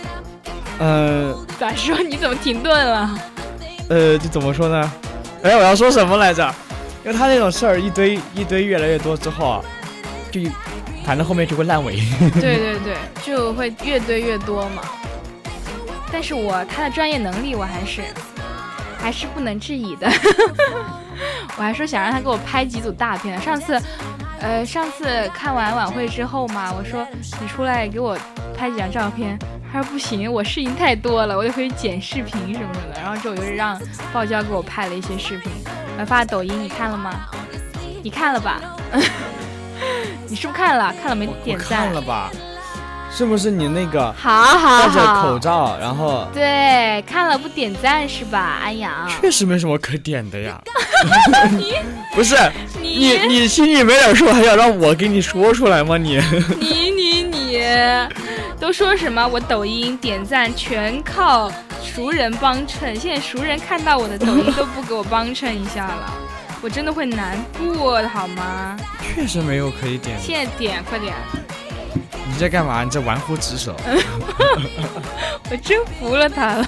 Speaker 3: 呃
Speaker 2: 咋说？你怎么停顿了？
Speaker 3: 呃，就怎么说呢？哎，我要说什么来着？因为他那种事儿一堆一堆越来越多之后啊，就反正后面就会烂尾。
Speaker 2: 对对对，就会越堆越多嘛。但是我他的专业能力我还是还是不能质疑的。 我还说想让他给我拍几组大片，上次。呃，上次看完晚会之后嘛，我说你出来给我拍几张照片，他说不行，我事情太多了，我得回去剪视频什么的。然后之后我就让爆椒给我拍了一些视频，我还发抖音，你看了吗？你看了吧？ 你是不是看了？看了没
Speaker 3: 我我
Speaker 2: 点赞？啊
Speaker 3: 看了吧？是不是你那个
Speaker 2: 好好
Speaker 3: 戴着口
Speaker 2: 好，
Speaker 3: 罩，然后
Speaker 2: 对，看了不点赞是吧？安阳，
Speaker 3: 确实没什么可点的呀？ 不是你
Speaker 2: 你
Speaker 3: 你心里没点数，还想让我给你说出来吗？你
Speaker 2: 你你你，都说什么？我抖音点赞全靠熟人帮衬，现在熟人看到我的抖音都不给我帮衬一下了，我真的会难过的好吗？
Speaker 3: 确实没有可以点的。
Speaker 2: 现在点快点，
Speaker 3: 你在干嘛？你在玩忽职守？
Speaker 2: 嗯我真服了他了，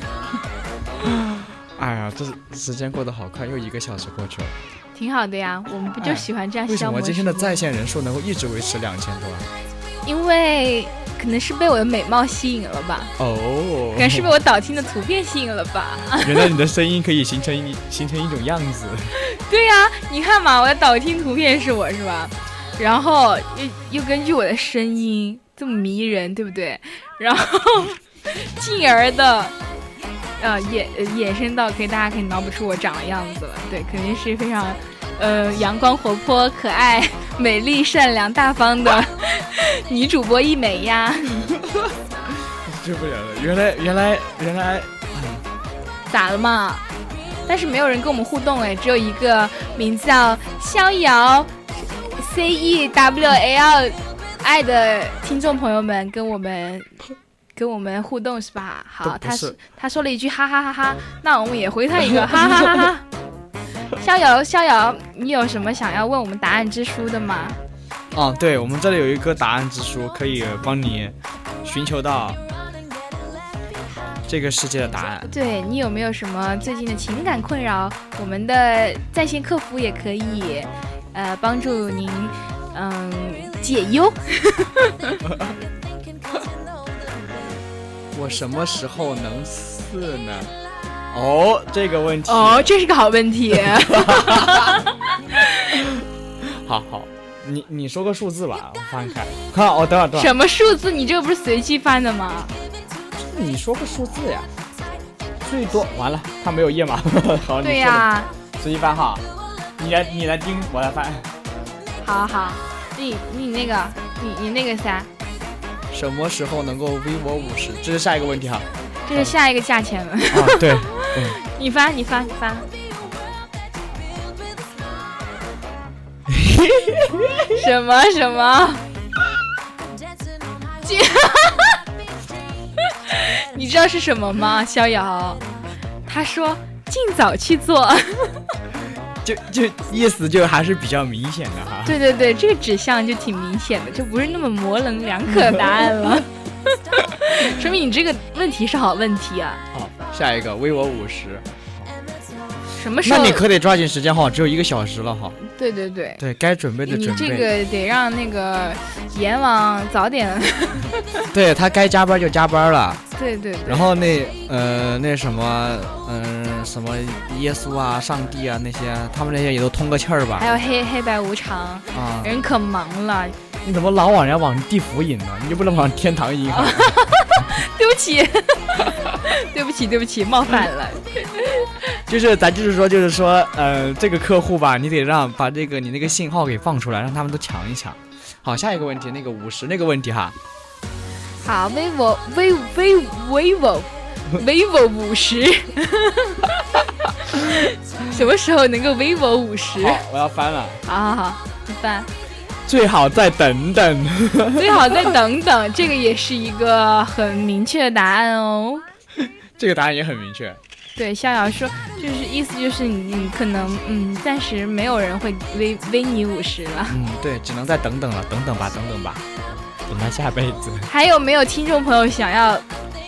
Speaker 3: 哎呀，这时间过得好快，又一个小时过去了。
Speaker 2: 挺好的呀，我们不就喜欢这样
Speaker 3: 为什
Speaker 2: 哎消
Speaker 3: 么
Speaker 2: 磨
Speaker 3: 今
Speaker 2: 时
Speaker 3: 天的
Speaker 2: 光
Speaker 3: 在线人数能够一直维持两千多啊？
Speaker 2: 因为可能是被我的美貌吸引了吧，
Speaker 3: 哦，
Speaker 2: 可能是被我导听的图片吸引了吧。
Speaker 3: 原来你的声音可以形成一形成一种样子。
Speaker 2: 对呀、你看嘛，我的导听图片是我是吧？然后又又根据我的声音这么迷人，对不对？然后进而的呃衍呃衍生到可以大家可以脑补出我长的样子了，对，肯定是非常呃阳光、活泼、可爱、美丽、善良、大方的女主播一美呀。
Speaker 3: 受不了了，原来原来原来，
Speaker 2: 咋了嘛？但是没有人跟我们互动哎，只有一个名字叫逍遥 C E W A L I 的听众朋友们跟我们跟我们互动是吧？好，
Speaker 3: 都不
Speaker 2: 他
Speaker 3: 是哦
Speaker 2: 是他说了一句哈哈哈哈，那我们也回他一 个哈哈哈哈。逍遥，逍遥，你有什么想要问我们答案之书的吗？
Speaker 3: 哦、对，我们这里有一个答案之书，可以帮你寻求到这个世界的答案。
Speaker 2: 对你有没有什么最近的情感困扰？我们的在线客服也可以，呃，帮助您，嗯，解忧。
Speaker 3: 我什么时候能四呢？哦，这个问题，
Speaker 2: 哦，这是个好问题。
Speaker 3: 好好，你你说个数字吧，我翻开，看哦，等会儿等会儿，
Speaker 2: 什么数字？你这个不是随机翻的吗？
Speaker 3: 你说个数字呀，最多完了，他没有页码， 好，
Speaker 2: 对
Speaker 3: 你
Speaker 2: 呀、
Speaker 3: 说吧，随机翻哈，你来你来盯，我来翻，
Speaker 2: 好好，你你那个，你你那个啥，
Speaker 3: 什么时候能够 vivo 五十？这是下一个问题哈。
Speaker 2: 这是下一个价钱了。
Speaker 3: 啊， 对，
Speaker 2: 你翻，你翻，你 翻。什么什么？这你知道是什么吗？逍遥，他说尽早去做。
Speaker 3: 就就意思就还是比较明显的哈。
Speaker 2: 对对对，这个指向就挺明显的，就不是那么模棱两可的答案了，说明你这个问题是好问题啊。
Speaker 3: 好，下一个 vivo 五十，
Speaker 2: 什么时
Speaker 3: 那
Speaker 2: 候？
Speaker 3: 你可得抓紧时间哈，只有一个小时了哈。
Speaker 2: 对对对，
Speaker 3: 对该准备的
Speaker 2: 你
Speaker 3: 准备，
Speaker 2: 这个得让那个阎王早点。
Speaker 3: 对他该加班就加班了。
Speaker 2: 对对对
Speaker 3: 然后那呃那什么嗯、什么耶稣啊、上帝啊那些，他们那些也都通个气儿吧
Speaker 2: 还。有黑黑白无常，
Speaker 3: 啊，
Speaker 2: 人可忙了。
Speaker 3: 你怎么老往人家往地府引呢？你就不能往天堂引 啊？
Speaker 2: 对不起， 对不起，对不起，冒犯了。
Speaker 3: 就是咱就是说，就是说，呃，这个客户吧，你得让把这个你那个信号给放出来，让他们都抢一抢。好，下一个问题，那个五十那个问题 哈，
Speaker 2: 好，vivo vivo vivo vivo 五十，什么时候能够 vivo 五十？
Speaker 3: 好，我要翻了，
Speaker 2: 好好好，你翻。
Speaker 3: 最好再等等。
Speaker 2: 最好再等等，这个也是一个很明确的答案哦。
Speaker 3: 这个答案也很明确，
Speaker 2: 对，逍遥说，就是意思就是你你可能嗯，暂时没有人会微微你五十了。
Speaker 3: 嗯，对，只能再等等了，等等吧，等等吧，等到下辈子。
Speaker 2: 还有没有听众朋友想要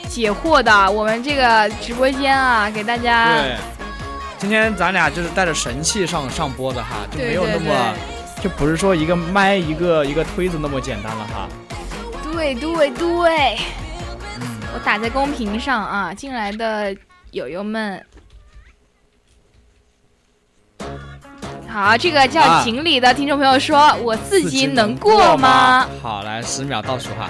Speaker 2: 解惑的？我们这个直播间啊，给大家
Speaker 3: 对，今天咱俩就是带着神器上上播的哈，就
Speaker 2: 对
Speaker 3: 没有那么，就不是说一个麦一个一个推子那么简单了哈。
Speaker 2: 对对对对，
Speaker 3: 嗯，
Speaker 2: 我打在公屏上啊，进来的友友们。好，这个叫
Speaker 3: 啊
Speaker 2: 锦鲤的听众朋友说：“我自己能过
Speaker 3: 过
Speaker 2: 吗？”？
Speaker 3: 好，来十秒倒数哈。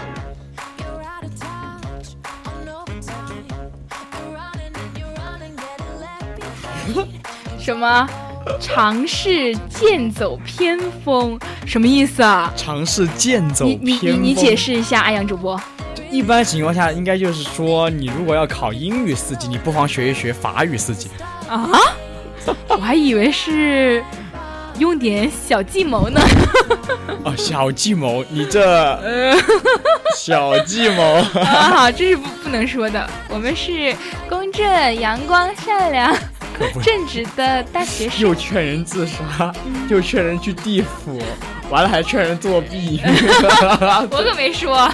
Speaker 2: 什么尝试剑走偏锋，什么意思啊？
Speaker 3: 尝试剑走
Speaker 2: 你
Speaker 3: 偏
Speaker 2: 你你你解。释一下，爱哎阳主播。
Speaker 3: 一般情况下，应该就是说，你如果要考英语四级，你不妨学一学法语四级。
Speaker 2: 啊？我还以为是用点小计谋 呢。
Speaker 3: 哦，小计谋，你这
Speaker 2: 呃，
Speaker 3: 小计谋。
Speaker 2: 啊，好，这是不不能说的。我们是公正、阳光、善良、 正直的大学生。
Speaker 3: 又劝人自杀，又劝人去地府，完了还劝人作弊，
Speaker 2: 我可没 说，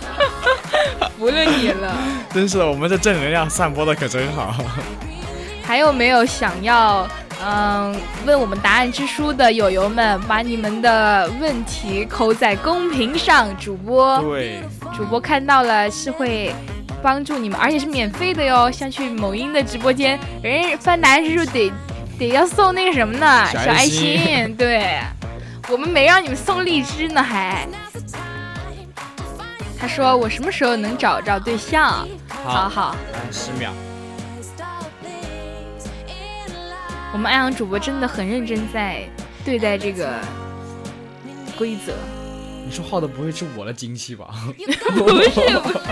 Speaker 2: 服了你了。
Speaker 3: 真是的，我们这正能量散播的可真好。
Speaker 2: 还有没有想要嗯问我们答案之书的友友们，把你们的问题扣在公屏上，主播
Speaker 3: 对，
Speaker 2: 主播看到了是会。帮助你们，而且是免费的哟。像去某音的直播间，人家翻答案之书得得要送那个什么呢？
Speaker 3: 小
Speaker 2: 小
Speaker 3: 爱
Speaker 2: 爱
Speaker 3: 心
Speaker 2: 心。对，我们没让你们送荔枝呢，还。他说我什么时候能找着对象？好
Speaker 3: 好，
Speaker 2: 好，
Speaker 3: 来十秒，
Speaker 2: 我们安阳主播真的很认真在对待这个规 则，
Speaker 3: 你说耗的不会是我的精气 吧？
Speaker 2: 不是不是。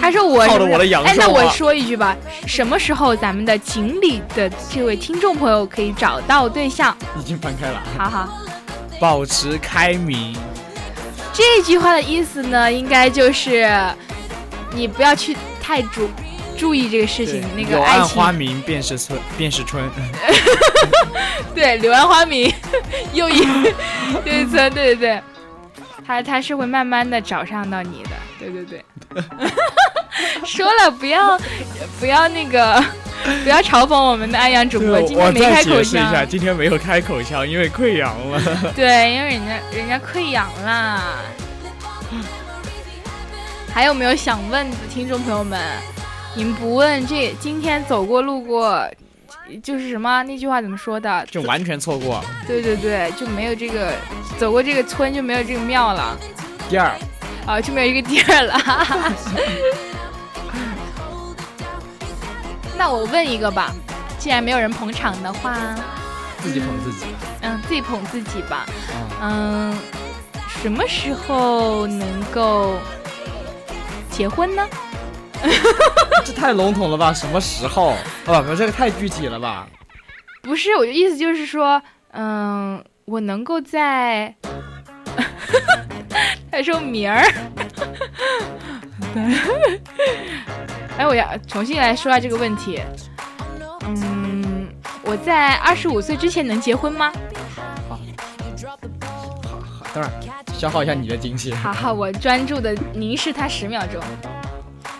Speaker 2: 他说我
Speaker 3: 靠着我的阳寿啊
Speaker 2: 哎，那我说一句吧，什么时候咱们的锦鲤的这位听众朋友可以找到对象？
Speaker 3: 已经翻开了，
Speaker 2: 好好，
Speaker 3: 保持开明，
Speaker 2: 这句话的意思呢，应该就是你不要去太注注意这个事情
Speaker 3: 对，
Speaker 2: 那
Speaker 3: 柳
Speaker 2: 个爱
Speaker 3: 暗
Speaker 2: 情
Speaker 3: 花明便是春，便是春。
Speaker 2: 对，柳暗花明 又一又一村，对对对，他他是会慢慢的找上到你的，对对对。 说了不要不要那个不要嘲讽我们的安阳主播，今
Speaker 3: 我
Speaker 2: 天没
Speaker 3: 再
Speaker 2: 开
Speaker 3: 解
Speaker 2: 口
Speaker 3: 释一下，
Speaker 2: 腔，
Speaker 3: 今天没有开口腔，因为溃疡 了。
Speaker 2: 对，因为人家人家溃疡啦。还有没有想问的听众朋友们？你们不问这今天走过路过，就是什么那句话怎么说的？
Speaker 3: 就完全错过。
Speaker 2: 对对对，就没有这个走过这个村就没有这个庙了，
Speaker 3: 第二，
Speaker 2: 啊，就没有这个地儿了。 那我问一个吧，既然没有人捧场的话，
Speaker 3: 自己捧自 己。
Speaker 2: 嗯，自己捧自己吧。
Speaker 3: 嗯，
Speaker 2: 嗯，什么时候能够结婚呢？
Speaker 3: 这太笼统了吧？什么时候？哦，不，这个太具体了吧？
Speaker 2: 不是，我的意思就是说，嗯，我能够在， 他说明儿，哎，我要重新来说下这个问题，嗯，我在二十五岁之前能结婚吗？
Speaker 3: 好好，等会儿消耗一下你的精气，
Speaker 2: 好好，我专注的凝视他十秒钟，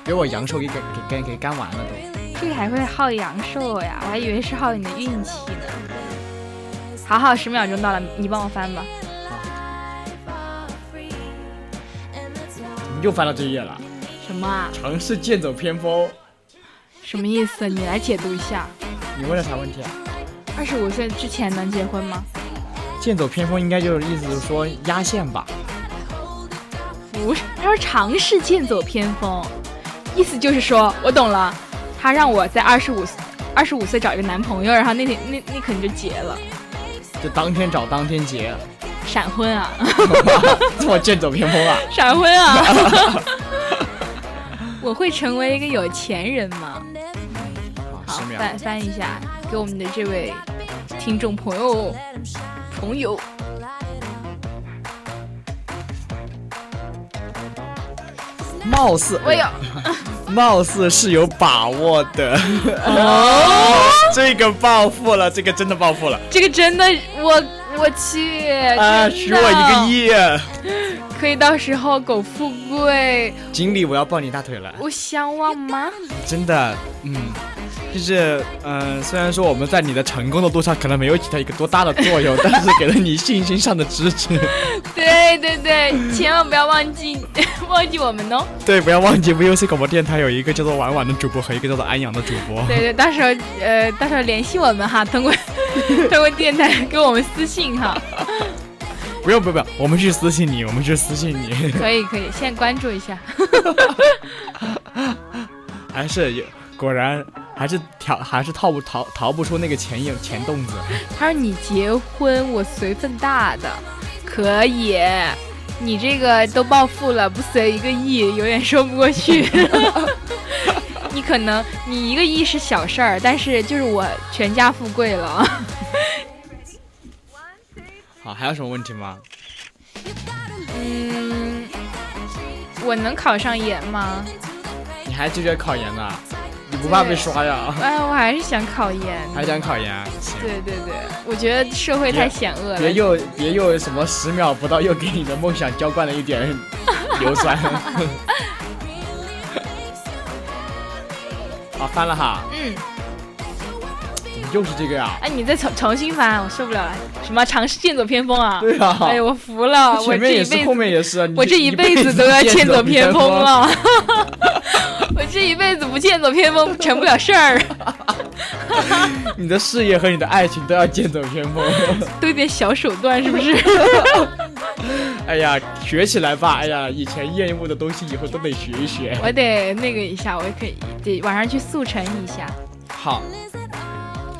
Speaker 3: 给我阳寿给给给给干完了都。
Speaker 2: 这个还会耗阳寿呀，我还以为是耗你的运气呢。好好，十秒钟到了，你帮我翻吧。
Speaker 3: 你又翻到这一页了，
Speaker 2: 什么啊？
Speaker 3: 尝试剑走偏锋。
Speaker 2: 什么意思？你来解读一下。
Speaker 3: 你问了啥问题啊？
Speaker 2: 二十五岁之前能结婚吗？
Speaker 3: 剑走偏锋应该就是意思就是说压线吧？
Speaker 2: 不是，他说尝试剑走偏锋，意思就是说我懂了，他让我在二十五二十五岁找一个男朋友，然后那天那那可能就结了，
Speaker 3: 就当天找当天结，
Speaker 2: 闪婚啊，
Speaker 3: 这么剑走偏锋啊？
Speaker 2: 闪婚 啊！我会成为一个有钱人吗？
Speaker 3: 好，
Speaker 2: 好
Speaker 3: 哦十，秒。
Speaker 2: 翻翻一下，给我们的这位听众朋友朋友。
Speaker 3: 貌似，
Speaker 2: 哎呦，
Speaker 3: 貌似是有把握的。
Speaker 2: 哦
Speaker 3: 这个暴富了，这个真的暴富了
Speaker 2: 这个真的，我我去
Speaker 3: 啊！
Speaker 2: 哎真
Speaker 3: 许
Speaker 2: 的
Speaker 3: 我一个亿，
Speaker 2: 可以到时候苟富贵，
Speaker 3: 经理，我要抱你大腿了，
Speaker 2: 我相忘吗？
Speaker 3: 真的，嗯。就是，嗯、虽然说我们在你的成功的路上可能没有起到一个多大的作用， 但是给了你信心上的支持。
Speaker 2: 对对对，千万不要忘记 忘记我们哦。
Speaker 3: 对，不要忘记 VOC 广播电台有一个叫做婉婉的主播和一个叫做安阳的主播。
Speaker 2: 对对，到时候呃，到时候联系我们哈，通过 通过电台给我们私信哈，
Speaker 3: 不用不用不用，我们去私信你，我们去私信你。
Speaker 2: 可以可以，现在关注一下。
Speaker 3: 还是有，果然还是逃还是逃不逃逃不出那个前影前洞子。
Speaker 2: 他说你结婚我随份大的，可以。你这个都暴富了，不随一个亿，有点说不过 去。你可能你一个亿是小事儿，但是就是我全家富贵了。
Speaker 3: 好，还有什么问题吗？
Speaker 2: 嗯，我能考上研吗？
Speaker 3: 你还拒绝考研呢？你不怕被刷呀？
Speaker 2: 哎，我还是想考研。
Speaker 3: 还想考研？啊行，
Speaker 2: 对对对，我觉得社会太险恶
Speaker 3: 别
Speaker 2: 了。
Speaker 3: 又别又什么十秒不到又给你的梦想浇灌了一点 硫 酸。好，翻了哈，
Speaker 2: 嗯，
Speaker 3: 怎么又是这个呀？
Speaker 2: 哎，你再重重新翻，我受不了了。什么尝试剑走偏锋啊？
Speaker 3: 啊对啊，
Speaker 2: 哎呦，我服了，我这
Speaker 3: 前面
Speaker 2: 一
Speaker 3: 也是，
Speaker 2: 辈
Speaker 3: 后
Speaker 2: 子，
Speaker 3: 面也是啊，你
Speaker 2: 我这一辈子都要剑
Speaker 3: 剑
Speaker 2: 走偏
Speaker 3: 偏
Speaker 2: 锋
Speaker 3: 锋。啊
Speaker 2: 了。 我这一辈子不剑走偏锋成不了事儿，
Speaker 3: 你的事业和你的爱情都要剑走偏锋。
Speaker 2: 都有点小手段，是不是？
Speaker 3: 哎呀，学起来吧！哎呀，以前厌恶的东西以后都得学一学。
Speaker 2: 我得那个一下，我可以得晚上去速成一下。
Speaker 3: 好，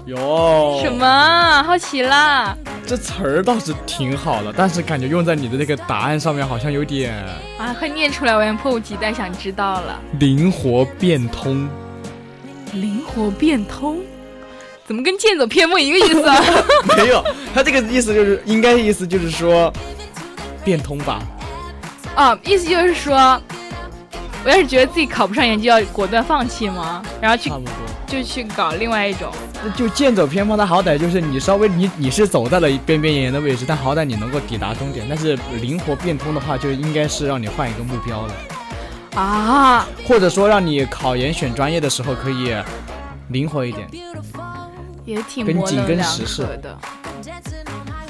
Speaker 3: 哟，
Speaker 2: 什？么？好奇啦。
Speaker 3: 这词儿倒是挺好的，但是感觉用在你的这个答案上面好像有点
Speaker 2: 啊，快念出来！我也迫不及待想知道了。
Speaker 3: 灵活变通。
Speaker 2: 灵活变通，怎么跟剑走偏锋一个意思 啊？
Speaker 3: 没有，他这个意思就是，应该意思就是说，变通吧。
Speaker 2: 啊，意思就是说，我要是觉得自己考不上研，就要果断放弃吗？然后去
Speaker 3: 差不多，
Speaker 2: 就去搞另外一种。
Speaker 3: 那就剑走偏锋。它好歹就是你稍微你你是走在了边边沿沿的位置，但好歹你能够抵达终点。但是灵活变通的话，就应该是让你换一个目标了。
Speaker 2: 啊，
Speaker 3: 或者说让你考研选专业的时候可以灵活一点。
Speaker 2: 也挺
Speaker 3: 跟
Speaker 2: 模
Speaker 3: 紧
Speaker 2: 棱
Speaker 3: 跟
Speaker 2: 两
Speaker 3: 时事哎
Speaker 2: 可的，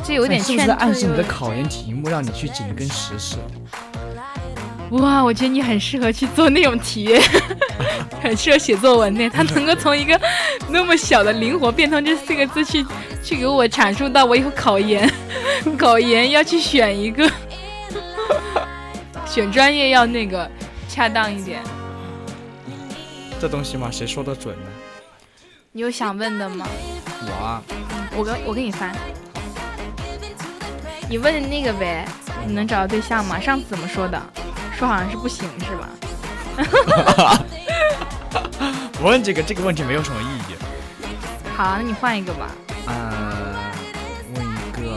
Speaker 2: 这有点
Speaker 3: 是
Speaker 2: 劝
Speaker 3: 不
Speaker 2: 退
Speaker 3: 是在暗示你的
Speaker 2: 了
Speaker 3: 考研题目让你去紧跟时事？
Speaker 2: 哇，我觉得你很适合去做那种题， 很适合写作文呢。他能够从一个那么小的灵活变通这四个字去去给我阐述到我以后考研， 考研要去选一个， 选专业要那个恰当一点。
Speaker 3: 这东西嘛，谁说的准呢？
Speaker 2: 你有想问的吗？
Speaker 3: 我啊，
Speaker 2: 我跟我给你翻。你问那个呗，你能找到对象吗？上次怎么说的？说好像是不行是吧？
Speaker 3: 我问这个这个问题没有什么意义。
Speaker 2: 好啊，那你换一个吧。
Speaker 3: 啊，问一个，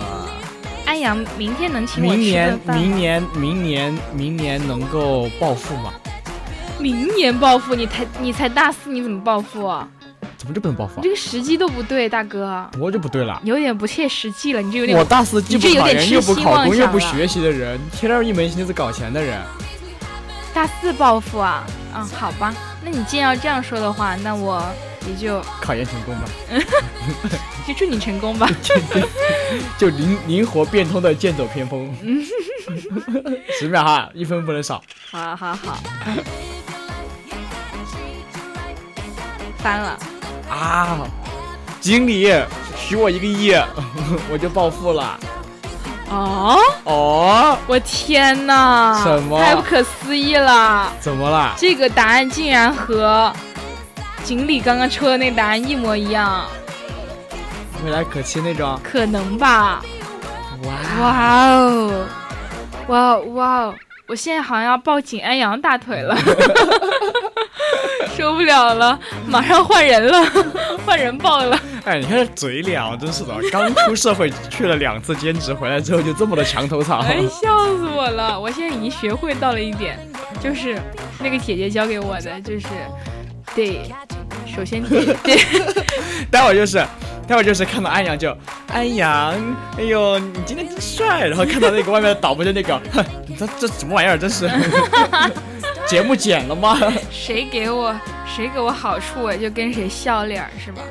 Speaker 2: 安阳明天能请我
Speaker 3: 明
Speaker 2: 吃顿
Speaker 3: 年
Speaker 2: 饭吗
Speaker 3: 明年明年明年能够暴富吗？
Speaker 2: 明年暴富，你才你才大四，你怎么暴富啊？
Speaker 3: 怎么就不能暴富
Speaker 2: 你
Speaker 3: 啊
Speaker 2: 这？个时机都不对，大哥，
Speaker 3: 我就不对了。
Speaker 2: 有点不切实际了，你这有点
Speaker 3: 我大四既不
Speaker 2: 你这有
Speaker 3: 考
Speaker 2: 点
Speaker 3: 研
Speaker 2: 痴
Speaker 3: 又不
Speaker 2: 心
Speaker 3: 考
Speaker 2: 妄
Speaker 3: 公又
Speaker 2: 想
Speaker 3: 不
Speaker 2: 了
Speaker 3: 学习的人，天天一门心思搞钱的人，
Speaker 2: 大四暴富啊？嗯，好吧，那你既然要这样说的话，那我也就
Speaker 3: 考研成功吧。
Speaker 2: 就祝你成功 吧。
Speaker 3: 就灵灵活变通的剑走 偏锋。十秒哈，一分不能少。
Speaker 2: 好好 好，翻了，
Speaker 3: 啊！经理，许我一个亿， 我就暴富了。
Speaker 2: 哦，
Speaker 3: 哦，
Speaker 2: 我天哪，
Speaker 3: 什么
Speaker 2: 太不可思议了！
Speaker 3: 怎么啦？
Speaker 2: 这个答案竟然和锦鲤刚刚抽的那答案一模一样，
Speaker 3: 未来可期那种。
Speaker 2: 可能吧？
Speaker 3: 哇，
Speaker 2: 哇哦，哇哦哇哦！我现在好像要抱紧安阳大腿 了，受不了了，马上换人了，换人抱了。
Speaker 3: 哎，你看这嘴脸啊，真是的，刚出社会去了两次兼职，回来之后就这么的墙头草。
Speaker 2: 哎，笑死我了！我现在已经学会到了一点，就是那个姐姐教给我的，就是得首先得得
Speaker 3: 待会儿就是，待会儿就是看到安阳就，安阳，哎呦，你今天真帅。然后看到那个外面的导播就那个， 哼，这这什么玩意儿，真是。 节目剪了吗？
Speaker 2: 谁给我谁给我好处，我就跟谁笑脸儿，是吧？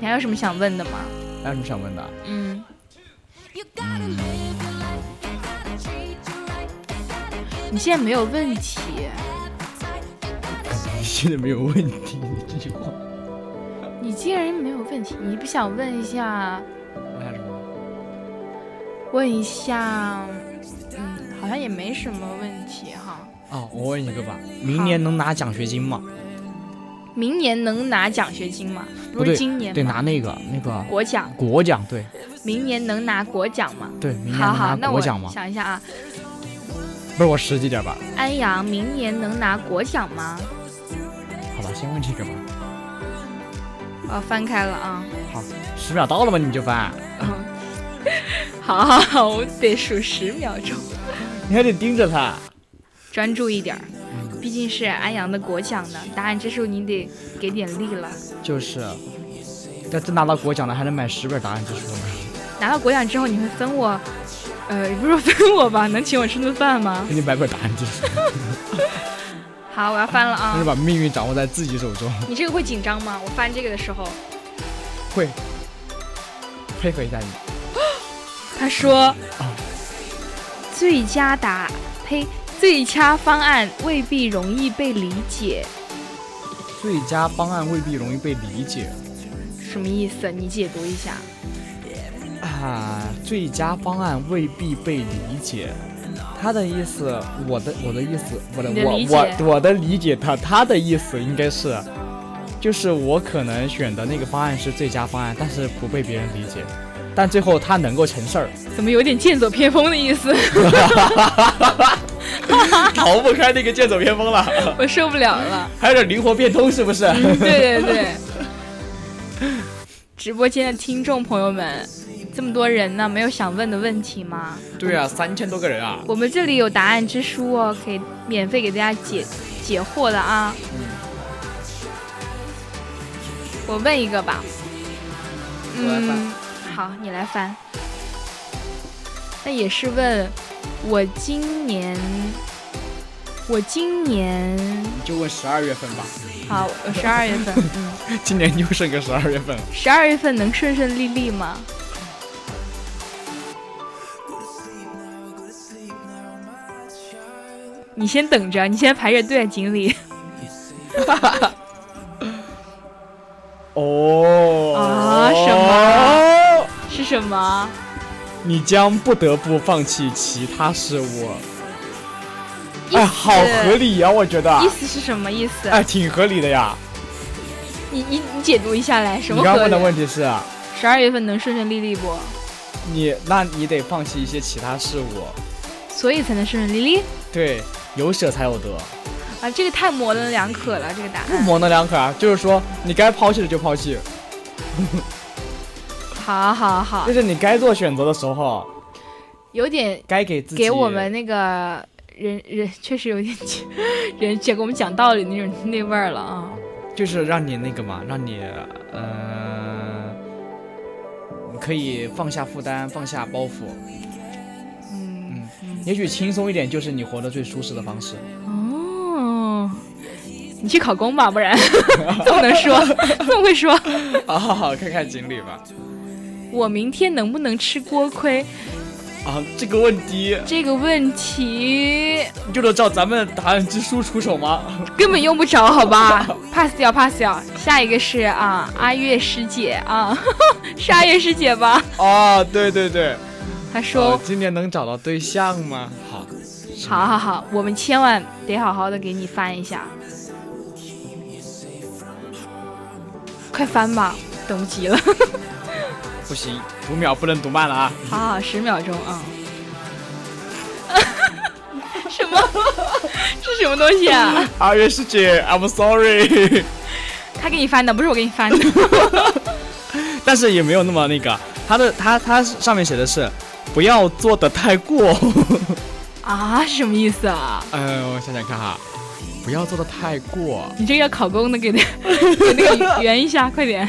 Speaker 2: 你还有什么想问的吗？
Speaker 3: 还有什么想问的？
Speaker 2: 嗯，你现在没有问题，
Speaker 3: 你现在没有问题，你这句话。
Speaker 2: 你竟然没有问题，你不想问一下，
Speaker 3: 我想什么？
Speaker 2: 问一下，嗯，好像也没什么问题哈。
Speaker 3: 哦，我问一个吧，明年能拿奖学金吗？
Speaker 2: 明年能拿奖学金吗？不
Speaker 3: 不对
Speaker 2: 是今年
Speaker 3: 对，
Speaker 2: 吗
Speaker 3: 拿那个那个
Speaker 2: 国奖，
Speaker 3: 国奖，对
Speaker 2: 明年能拿国奖吗？
Speaker 3: 对，明年
Speaker 2: 好好，
Speaker 3: 能拿
Speaker 2: 那
Speaker 3: 国
Speaker 2: 我
Speaker 3: 奖吗？
Speaker 2: 想一下啊，
Speaker 3: 不是我实际点吧？
Speaker 2: 安阳明年能拿国奖吗？
Speaker 3: 好吧，先问这个吧。
Speaker 2: 哦，翻开了啊，
Speaker 3: 好，十秒到了吗？你就翻，
Speaker 2: 好 好好，我得数十秒钟，
Speaker 3: 你还得盯着他。
Speaker 2: 专注一点儿，
Speaker 3: 嗯
Speaker 2: 毕竟是安阳的国奖呢。答案这时候你得给点力了。
Speaker 3: 就是，要真拿到国奖了，还能买十本答案之书 呢。
Speaker 2: 拿到国奖之后，你会分我，呃，不是分我吧？ 能请我吃顿饭吗？
Speaker 3: 给你买本答案之书，
Speaker 2: 好，我要翻了
Speaker 3: 就是
Speaker 2: 啊。
Speaker 3: 把命运掌握在自己手中。
Speaker 2: 你这个会紧张吗？我翻这个的时候，
Speaker 3: 会，佩服一下你。
Speaker 2: 他说，最佳答，呸，最佳方案未必容易被理解，
Speaker 3: 最佳方案未必容易被理解
Speaker 2: 什么意思？你解读一下。
Speaker 3: 啊，最佳方案未必被理解。他的意思，我的我的意思，我的
Speaker 2: 你的理解
Speaker 3: 我我我的理解他，他的意思应该是，就是我可能选的那个方案是最佳方案，但是不被别人理解，但最后他能够成事儿，
Speaker 2: 怎么有点剑走偏锋的意 思？
Speaker 3: 逃不开那个剑走偏锋了，
Speaker 2: 我受不了了。
Speaker 3: 还有点灵活变通，是不是？
Speaker 2: 嗯，对对对。直播间的听众朋友们，这么多人呢，没有想问的问题吗？
Speaker 3: 对啊，三千多个人啊，
Speaker 2: 我们这里有答案之书哦，可以免费给大家解解惑的啊。我问一个吧。
Speaker 3: 我来翻
Speaker 2: 嗯，好，你来翻。那也是问我今年我今年
Speaker 3: 你就问十二月份吧，
Speaker 2: 好，我十二月份，嗯，
Speaker 3: 今年就剩个十二月份了。
Speaker 2: 十二月份能顺顺利利吗？你先等着，你先排乐队，啊锦鲤。
Speaker 3: 哦
Speaker 2: 啊什么？是什么？
Speaker 3: 哎你将不得不放弃其他事物。
Speaker 2: 意
Speaker 3: 哎，
Speaker 2: 思
Speaker 3: 好合理呀、我觉得。
Speaker 2: 意思是什么意思？
Speaker 3: 哎，挺合理的呀。
Speaker 2: 你你你解读一下来，什
Speaker 3: 你
Speaker 2: 么
Speaker 3: 刚
Speaker 2: 合
Speaker 3: 刚问的
Speaker 2: 理？啊
Speaker 3: 问题是，
Speaker 2: 十二月份能顺顺利利不？
Speaker 3: 你那你得放弃一些其他事物，
Speaker 2: 所以才能顺顺利利
Speaker 3: 对，有舍才有得，
Speaker 2: 啊！这个太模棱两可了，这个答
Speaker 3: 不
Speaker 2: 案。
Speaker 3: 模棱两可啊。就是说，你该抛弃的就抛弃，
Speaker 2: 好好好
Speaker 3: 就，是你该做选择的时候，
Speaker 2: 有点
Speaker 3: 该给自己
Speaker 2: 给我们那个人人确实有点 人姐给我们讲道理那种那味儿了啊。
Speaker 3: 就是让你那个嘛，让你呃，你可以放下负担，放下包袱，
Speaker 2: 嗯
Speaker 3: 也许轻松一点就是你活得最舒适的方式。嗯
Speaker 2: 哦，你去考公吧， 不然这么能说，这么会说。
Speaker 3: 啊， 好好看看锦鲤吧。
Speaker 2: 我明天能不能吃锅盔
Speaker 3: 啊，这个问题
Speaker 2: 这个问题
Speaker 3: 你就得照咱们答案之书出手吗？
Speaker 2: 根本用不着，好吧？pass 掉，pass 掉。下一个是啊，阿月师姐啊， 是阿月师姐吧？
Speaker 3: 啊，对对对。
Speaker 2: 她说、
Speaker 3: 呃今年能找到对象吗？好，
Speaker 2: 好好好，我们千万得好好的给你翻一下，快翻吧，等不及了。
Speaker 3: 不行，读秒不能读慢了啊！
Speaker 2: 好好，十秒钟啊。 什么？ 是什么东西啊？
Speaker 3: 二月师姐，I'm sorry，
Speaker 2: 他给你翻的，不是我给你翻的。
Speaker 3: 但是也没有那么那个，他的他他上面写的是不要做的太 过，
Speaker 2: 啊，是什么意思啊？
Speaker 3: 呃，我想想看哈，不要做的太过，
Speaker 2: 你这个要考公的，给他给那个圆一下，快点。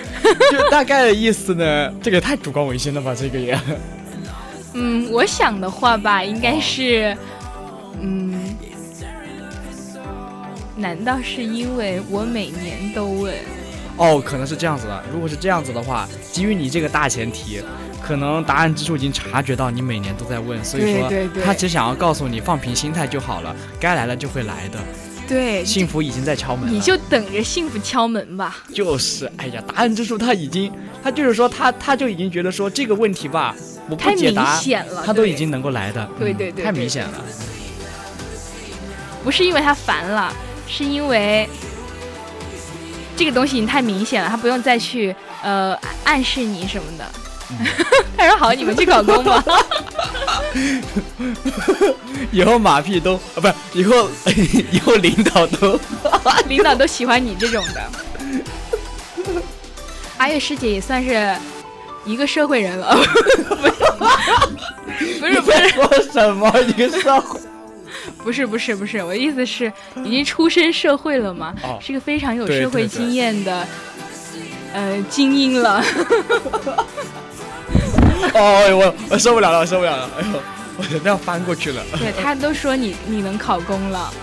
Speaker 3: 就大概的意思呢， 这个也太主观唯心了吧，这个也，
Speaker 2: 嗯，我想的话吧，应该是，嗯，难道是因为我每年都问？
Speaker 3: 哦，可能是这样子的，如果是这样子的话，基于你这个大前提。可能答案之书已经察觉到你每年都在问，所以说
Speaker 2: 对对对
Speaker 3: 他只想要告诉你放平心态就好了，该来的就会来的。
Speaker 2: 对，
Speaker 3: 幸福已经在敲门了。
Speaker 2: 你就等着幸福敲门吧。
Speaker 3: 就是，哎呀，答案之书他已经，他就是说他他就已经觉得说这个问题吧，我不
Speaker 2: 太
Speaker 3: 解
Speaker 2: 明
Speaker 3: 答，
Speaker 2: 显了，
Speaker 3: 他都
Speaker 2: 对
Speaker 3: 已经能够来的。
Speaker 2: 对
Speaker 3: 嗯
Speaker 2: 对对
Speaker 3: 太
Speaker 2: 对
Speaker 3: 明显了。
Speaker 2: 不是因为他烦了，是因为这个东西你太明显了，他不用再去呃暗示你什么的。 他说好，你们去考公吧。
Speaker 3: 以后马屁都啊，不是以后 以后领导都
Speaker 2: 领导都喜欢你这种的。阿月师姐也算是一个社会人了， 不 是不
Speaker 3: 在
Speaker 2: 是
Speaker 3: 说什么一个社会。
Speaker 2: 不是不是不是，我的意思是已经出身社会了嘛，
Speaker 3: 哦
Speaker 2: 是个非常有
Speaker 3: 对
Speaker 2: 社会
Speaker 3: 对对
Speaker 2: 经验的呃精英了。
Speaker 3: 哦，我我受不了了，我受不了了，哎呦，我人都要翻过去了。
Speaker 2: 对他都说你你能考公了，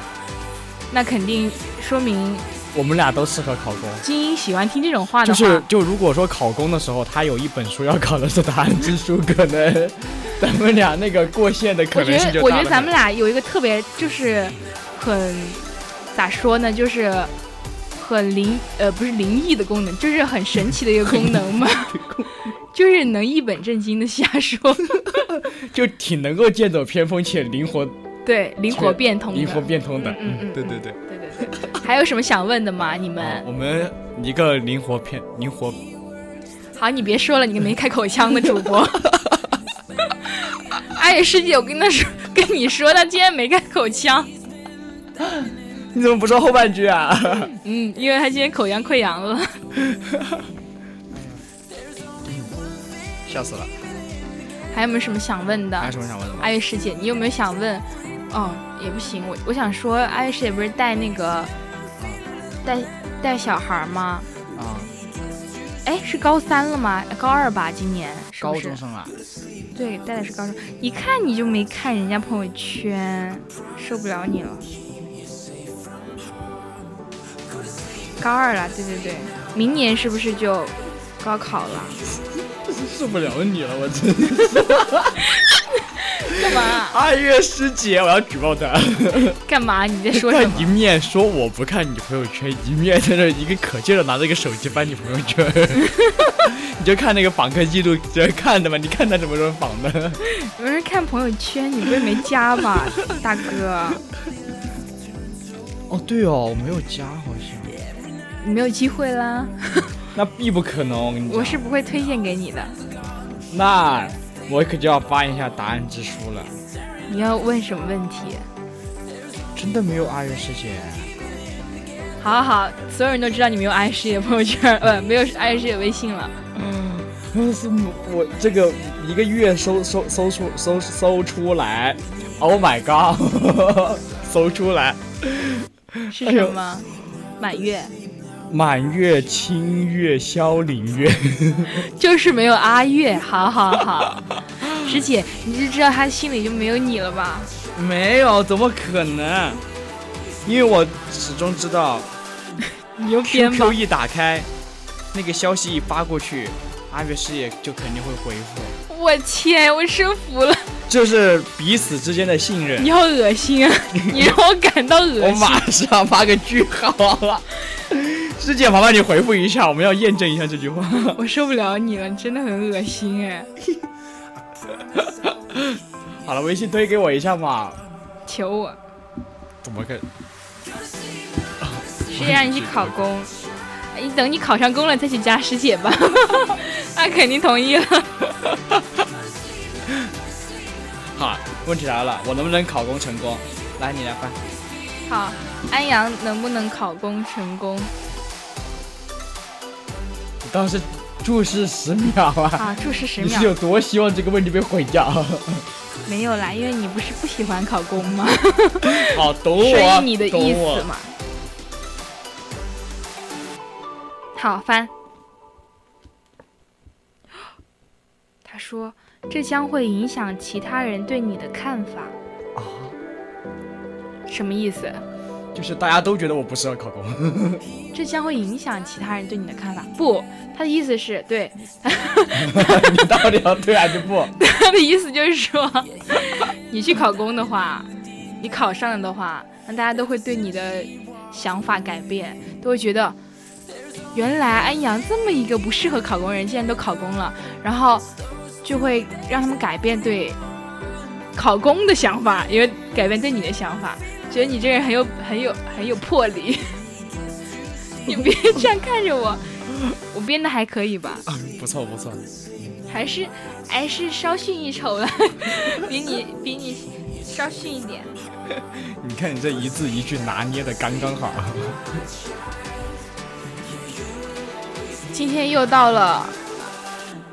Speaker 2: 那肯定说明
Speaker 3: 我们俩都适合考公。
Speaker 2: 精英喜欢听这种话的
Speaker 3: 就
Speaker 2: 话。
Speaker 3: 是就如果说考公的时候，他有一本书要考的是答案之书，可能 咱们俩那个过线的可
Speaker 2: 我
Speaker 3: 能
Speaker 2: 觉
Speaker 3: 性
Speaker 2: 得
Speaker 3: 就
Speaker 2: 我
Speaker 3: 大
Speaker 2: 觉
Speaker 3: 了
Speaker 2: 得咱们
Speaker 3: 很
Speaker 2: 俩有一个特别就是很咋说呢，就是很灵呃不是灵异的功能，就是很神奇的一个功能 嘛， 就是能一本正经的瞎说，
Speaker 3: 就挺能够剑走偏锋且灵活
Speaker 2: 对，灵活变通的，
Speaker 3: 嗯灵活变通的。
Speaker 2: 嗯嗯嗯
Speaker 3: 对对对。
Speaker 2: 对对对。还有什么想问的吗？你
Speaker 3: 啊
Speaker 2: 们
Speaker 3: 我们一个灵活偏灵 活，
Speaker 2: 好，你别说了，你个没开口腔的主 播。哎，师姐，我跟他说，跟你说，他今天没开口腔。
Speaker 3: 你怎么不说后半句啊？
Speaker 2: 嗯，因为他今天口腔溃疡了。
Speaker 3: 笑死了！
Speaker 2: 还有没有什么想问的？
Speaker 3: 还有什么想问的吗？
Speaker 2: 阿月师姐，你有没有想问？哦，也不行，我我想说，阿月师姐不是带那个带带小孩儿吗？
Speaker 3: 啊，
Speaker 2: 哎，是高三了吗？高二吧，今年是不
Speaker 3: 高
Speaker 2: 是
Speaker 3: 中生啊，
Speaker 2: 对，带的是高中。一看你就没看人家朋友圈，受不了你了。高二了，对对对，明年是不是就高考了？
Speaker 3: 受不了你了，我真的。
Speaker 2: 干嘛？
Speaker 3: 二月师姐，我要举报她。
Speaker 2: 干嘛？你在说
Speaker 3: 她
Speaker 2: 什么
Speaker 3: 一？面说我不看你朋友圈，一面在那一个可劲的拿着一个手机翻你朋友 圈。你就看那个访客记录，这看的嘛，你看他什么时候访的？
Speaker 2: 有人看朋友圈，你不会没加吧，大哥？
Speaker 3: 哦，对哦，我没有加好像。
Speaker 2: 你没有机会啦，
Speaker 3: 那必不可能，我跟你讲。
Speaker 2: 我是不会推荐给你的。
Speaker 3: 那我可就要翻一下答案之书了。
Speaker 2: 你要问什么问题？
Speaker 3: 真的没有二月师姐？
Speaker 2: 好好好，所有人都知道你没有爱师姐朋友圈， 呃，没有爱师姐微信了。
Speaker 3: 但是我这个一个月搜搜搜出搜搜出来，Oh my god，搜 出来
Speaker 2: 是
Speaker 3: 哎呦
Speaker 2: 什么？满月，
Speaker 3: 满月、清月、萧凌月，
Speaker 2: 就是没有阿月。好好 好，师姐，你就知道他心里就没有你了吧？
Speaker 3: 没有，怎么可能？因为我始终知 道
Speaker 2: 你又编吧
Speaker 3: QQ 一打开，那个消息一发过去，阿月师姐就肯定会回复，
Speaker 2: 我天，我生服了，
Speaker 3: 这是彼此之间的信任
Speaker 2: 你。好恶心啊！ 你让 我感到恶
Speaker 3: 我
Speaker 2: 心。
Speaker 3: 马上发个句 号。师姐，麻烦你回复一下，我们要验证一下这句话。
Speaker 2: 我受不了你了，真的很恶心哎！
Speaker 3: 好了，微信推给我一下嘛。
Speaker 2: 求我，
Speaker 3: 怎么个？
Speaker 2: 师姐让你去考公，你等你考上公了再去加师姐吧。 那肯定同意了。
Speaker 3: 好，问题来了，我能不能考公成功？来，你来翻。
Speaker 2: 好，安阳能不能考公成功？
Speaker 3: 你当时注视十秒啊！
Speaker 2: 啊，注视十
Speaker 3: 你
Speaker 2: 秒
Speaker 3: 是，有多希望这个问题被毁掉？
Speaker 2: 没有啦，因为你不是不喜欢考公吗？
Speaker 3: 好，懂
Speaker 2: 顺
Speaker 3: 我，啊
Speaker 2: 应你的
Speaker 3: 懂
Speaker 2: 意
Speaker 3: 我
Speaker 2: 思嘛。好，翻。他说：“这将会影响其他人对你的看法。
Speaker 3: 啊，”
Speaker 2: 什么意思？
Speaker 3: 就是大家都觉得我不适合考公。
Speaker 2: 这将会影响其他人对你的看法。不，他的意思是对，
Speaker 3: 你到底要对还是不？
Speaker 2: 他 的意思就是说， 你去考公的话，你考上了的话，那大家都会对你的想法改变，都会觉得，原来安阳这么一个不适合考公人，竟然都考公了，然后就会让他们改变对考公的想法，因为改变对你的想法，觉得你这个人很有很有很有魄力。 你别这样看着我，我编的还可以吧？
Speaker 3: 不错不错，
Speaker 2: 还是还是稍逊一筹了， 比你比你稍逊一点。
Speaker 3: 你看你这一字一句拿捏的刚刚好。
Speaker 2: 今天又到了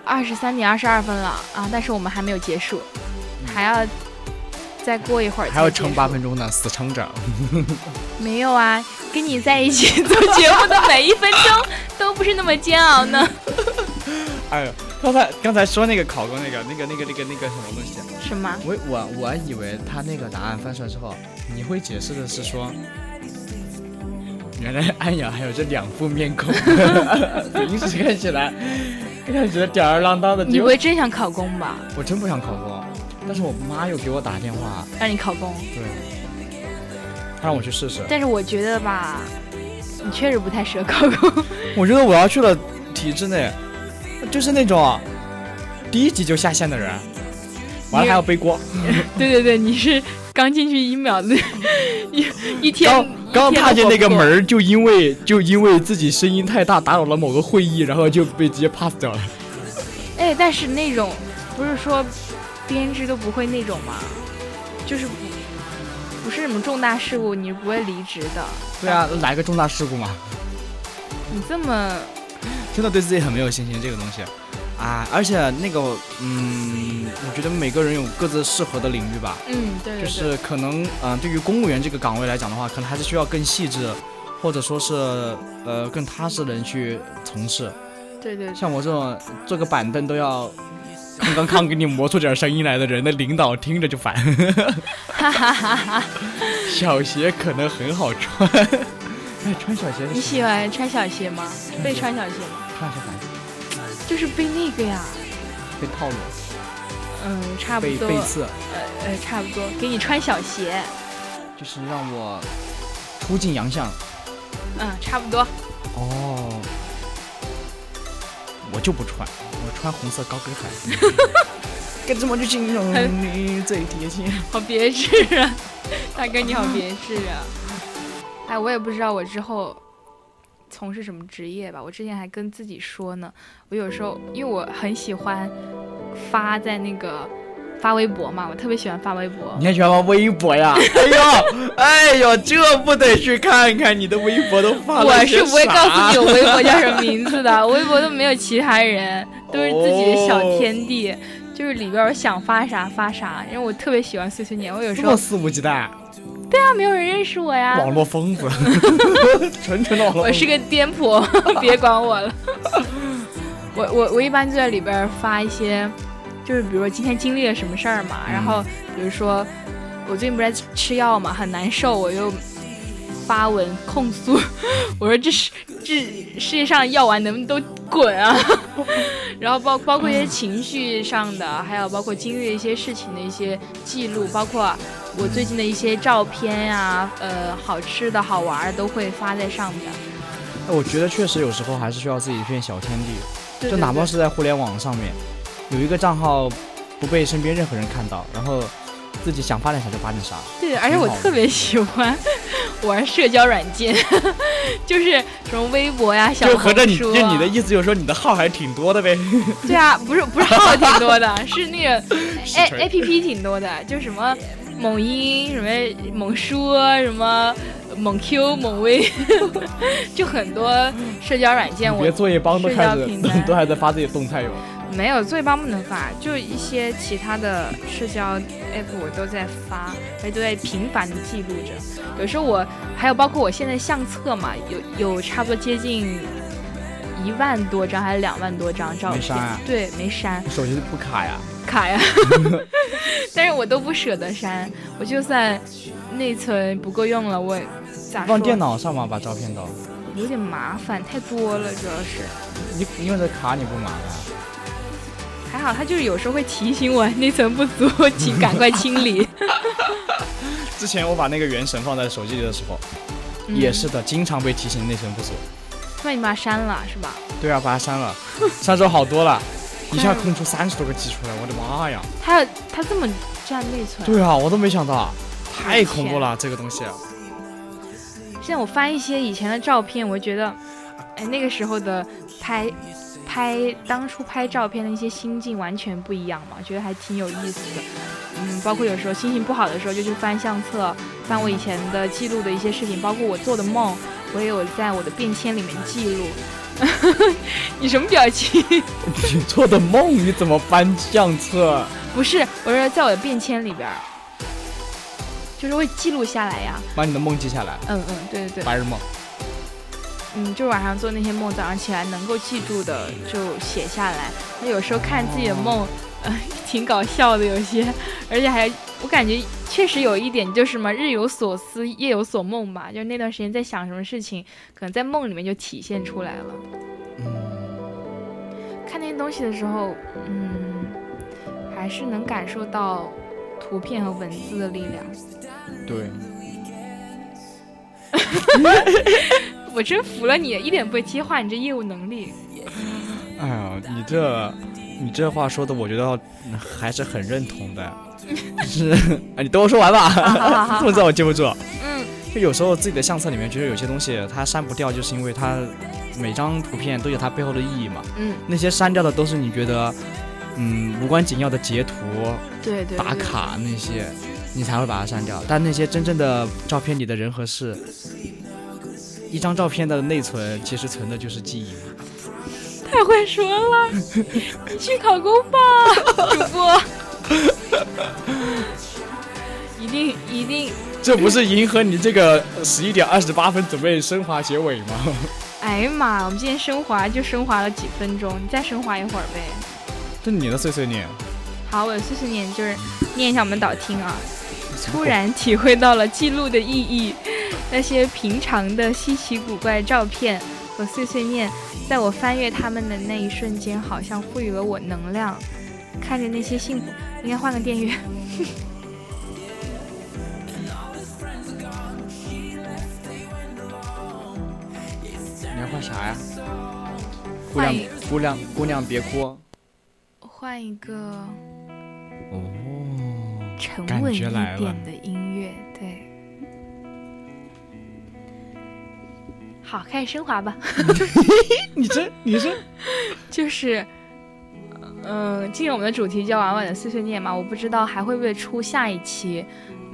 Speaker 2: 二十三点二十二分了啊，但是我们还没有结束，还要再过一会儿才
Speaker 3: 还要
Speaker 2: 结
Speaker 3: 撑
Speaker 2: 束
Speaker 3: 八分钟呢，死撑着。
Speaker 2: 没有啊，跟你在一起 做节目的每一分钟 都不是那么煎熬 呢。
Speaker 3: 哎呦，刚才刚才说那个考公那个那个那个那个那个什么东西啊，
Speaker 2: 什么？
Speaker 3: 我我我以为他那个答案翻出来之后，你会解释的是说，原来安阳还有这两副面 孔，平时看起来看起来吊儿郎当的，
Speaker 2: 你
Speaker 3: 结
Speaker 2: 不
Speaker 3: 果
Speaker 2: 会真想考公吧？
Speaker 3: 我真不想考公，但是我妈又给我打电话，
Speaker 2: 让你考公，
Speaker 3: 对，她让我去试试。
Speaker 2: 但是我觉得吧，你确实不太适合考公。
Speaker 3: 我觉得我要去了体制内，就是那种第一集就下线的人，完了还要背锅。
Speaker 2: 对对对，你是刚进去一秒的， 一一天
Speaker 3: 刚刚
Speaker 2: 一天都
Speaker 3: 踏进那个
Speaker 2: 活不
Speaker 3: 门
Speaker 2: 过
Speaker 3: 儿，就因为就因为自己声音太大打扰了某个会议，然后就被直接 pass 掉了。
Speaker 2: 哎，但是那种不是说编制都不会那种吗？就是不不是什么重大事故，你是不会离职的。
Speaker 3: 对啊，来个重大事故嘛，
Speaker 2: 你这么
Speaker 3: 真的对自己很没有信心这个东西。啊，而且那个，嗯，我觉得每个人有各自适合的领域吧，
Speaker 2: 嗯，对对对，
Speaker 3: 就是可能，嗯、对于公务员这个岗位来讲的话，可能还是需要更细致，或者说是，呃，更踏实的人去从事。
Speaker 2: 对对对
Speaker 3: 像我这种坐个板凳都要康 康康给你磨出点声音来的人，那领导听着就烦。
Speaker 2: 哈哈哈哈！
Speaker 3: 小鞋可能很好穿，哎，穿小鞋
Speaker 2: 你
Speaker 3: 的时
Speaker 2: 喜欢穿小鞋吗？会穿小鞋吗？
Speaker 3: 候看一下反正
Speaker 2: 就是被那个呀，
Speaker 3: 被套路，
Speaker 2: 嗯，差不
Speaker 3: 被
Speaker 2: 多，
Speaker 3: 被刺，
Speaker 2: 呃，差不多，给你穿小鞋，
Speaker 3: 就是让我突进洋相。
Speaker 2: 嗯，差不多。
Speaker 3: 哦，我就不穿，我穿红色高跟鞋。 该怎么去形容你最 贴切？
Speaker 2: 好别致啊，大哥你好别致啊！哎，我也不知道我之后从事什么职业吧。我之前还跟自己说呢，我有时候因为我很喜欢发在那个发微博嘛，我特别喜欢发微博。
Speaker 3: 你还喜欢玩微博呀？哎呦， 哎呦，这不得去看看你的微博都发
Speaker 2: 我
Speaker 3: 了些
Speaker 2: 是不会告诉你
Speaker 3: 啥
Speaker 2: 我微博叫什么名字的，我微博都没有其他人，都是自己的小天地，就是里边我想发啥发啥。因为我特别喜欢碎碎念，我有
Speaker 3: 这
Speaker 2: 时
Speaker 3: 么
Speaker 2: 候
Speaker 3: 肆无忌惮，
Speaker 2: 那没有人认识我呀，
Speaker 3: 网络疯 子， 纯纯的网络
Speaker 2: 我
Speaker 3: 疯子。
Speaker 2: 是个颠婆， 别管我了。 我我我一般就在里边儿发一些，就是比如说今天经历了什么事儿嘛，然后比如说我最近不是在吃药嘛，很难受，我又发文控诉， 我说这是这世界上的药丸能不能都滚啊？ 然后包包括一些情绪上的，还有包括经历的一些事情的一些记录，包括我最近的一些照片呀、呃，好吃的好玩儿的都会发在上面。
Speaker 3: 哎我觉得确实有时候还是需要自己一片小天地。
Speaker 2: 对
Speaker 3: 就
Speaker 2: 对
Speaker 3: 哪
Speaker 2: 对
Speaker 3: 怕是在互联网上面，有一个账号不被身边任何人看到，然后自己想发点啥就发点啥。
Speaker 2: 对，而且我
Speaker 3: 挺好
Speaker 2: 特别喜欢 玩社交软件， 就是什么微博呀、小
Speaker 3: 就
Speaker 2: 红
Speaker 3: 合着你，
Speaker 2: 书
Speaker 3: 就
Speaker 2: 啊
Speaker 3: 你的意思就是说你的号还挺多的 呗？
Speaker 2: 对啊，不是不是号挺多 的，是那个 A
Speaker 3: 锤
Speaker 2: A P P 挺多的，就什么某音、什么某书、什么某 Q、某微， 就很多社交软件我
Speaker 3: 别作业帮都开
Speaker 2: 社交
Speaker 3: 始
Speaker 2: 平台
Speaker 3: 都还在发自己的动态哟。
Speaker 2: 没有，作业帮不能发，就一些其他的社交 app 我都在发，而且都在频繁的记录着。有时候我还有包括我现在相册嘛，有有差不多接近一万多张还是两万多张照
Speaker 3: 没
Speaker 2: 片，
Speaker 3: 删啊
Speaker 2: 对，没删
Speaker 3: 手机不卡呀？
Speaker 2: 卡 呀，但是我都不舍得删，我就算内存不够用了，我也咋说
Speaker 3: 放电脑上嘛，把照片都。
Speaker 2: 有点麻烦，太多了主要是。
Speaker 3: 你因为这卡你不麻烦？啊
Speaker 2: 还好，它就是有时候会提醒我 内存不足，请赶快清理。
Speaker 3: 之前我把那个原神放在手机里的时候，
Speaker 2: 嗯
Speaker 3: 也是的，经常被提醒内存不足。
Speaker 2: 那你把它删了是吧？
Speaker 3: 对啊，把它删了，删手 好多了，一下空出三十多个 G 出来，我的妈呀！
Speaker 2: 它有它这么占内存。
Speaker 3: 对啊，我都没想到，太恐怖了这个东西。
Speaker 2: 现在我翻一些以前的照片，我觉得，哎，那个时候的拍拍当初拍照片的一些心境完全不一样嘛，觉得还挺有意思的。嗯，包括有时候心情不好的时候，就去翻相册，翻我以前的记录的一些事情，包括我做的梦，我也有在我的便签里面记录。 你什么表情？
Speaker 3: 你做的梦你怎么翻相册？
Speaker 2: 不是，我是在我的便签里边儿，就是会记录下来呀。
Speaker 3: 把你的梦记下来，
Speaker 2: 嗯嗯，对对对。
Speaker 3: 白日梦。
Speaker 2: 嗯，就晚上做那些梦，早上起来能够记住的就写下来。那有时候看自己的梦，呃，挺搞笑的，有些，而且还我感觉确实有一点就是什么日有所思，夜有所梦吧，就是那段时间在想什么事情，可能在梦里面就体现出来了。
Speaker 3: 嗯，
Speaker 2: 看那些东西的时候，嗯，还是能感受到图片和文字的力量。
Speaker 3: 对，
Speaker 2: 我真服了你，一点不会接话，你这业务能力。
Speaker 3: 哎呀，你这你这话说的，我觉得还是很认同 的。是，哎，你等我说完
Speaker 2: 好好
Speaker 3: 吧，
Speaker 2: 好
Speaker 3: 这么知道我记不住。
Speaker 2: 嗯，
Speaker 3: 就有时候自己的相册里面，觉得有些东西它删不掉，就是因为它每张图片都有它背后的意义嘛。
Speaker 2: 嗯，
Speaker 3: 那些删掉的都是你觉得嗯无关紧要的截图、
Speaker 2: 对对
Speaker 3: 打
Speaker 2: 对
Speaker 3: 卡那些，你才会把它删掉。但那些真正的照片里的人和事，一张照片的内存其实存的就是记忆。
Speaker 2: 太会说了，你去考公 吧，主播。一定一定，
Speaker 3: 这不是迎合你这个十一点二十八分准备升华结尾吗？
Speaker 2: 哎呀妈，我们今天升华就升华了几分钟，你再升华一会儿呗。
Speaker 3: 这是你的碎碎念。
Speaker 2: 好，我碎碎念就是念一下我们的导听啊。突然体会到了记录的意义，那些平常的稀奇古怪照片和碎碎念，在我翻阅它们的那一瞬间，好像赋予了我能量。看着那些幸福，应该换个电源。
Speaker 3: 哦
Speaker 4: 你要换啥呀？姑
Speaker 2: 换一，
Speaker 4: 娘姑娘，姑娘别哭。
Speaker 2: 换一个
Speaker 4: 哦，
Speaker 2: 沉
Speaker 3: 感
Speaker 2: 稳一
Speaker 3: 觉来了
Speaker 2: 点的音乐，对。好，开始升华吧。
Speaker 4: 你这你这
Speaker 2: 就是，嗯、今天我们的主题叫婉婉的碎碎念嘛，我不知道还会不会出下一期。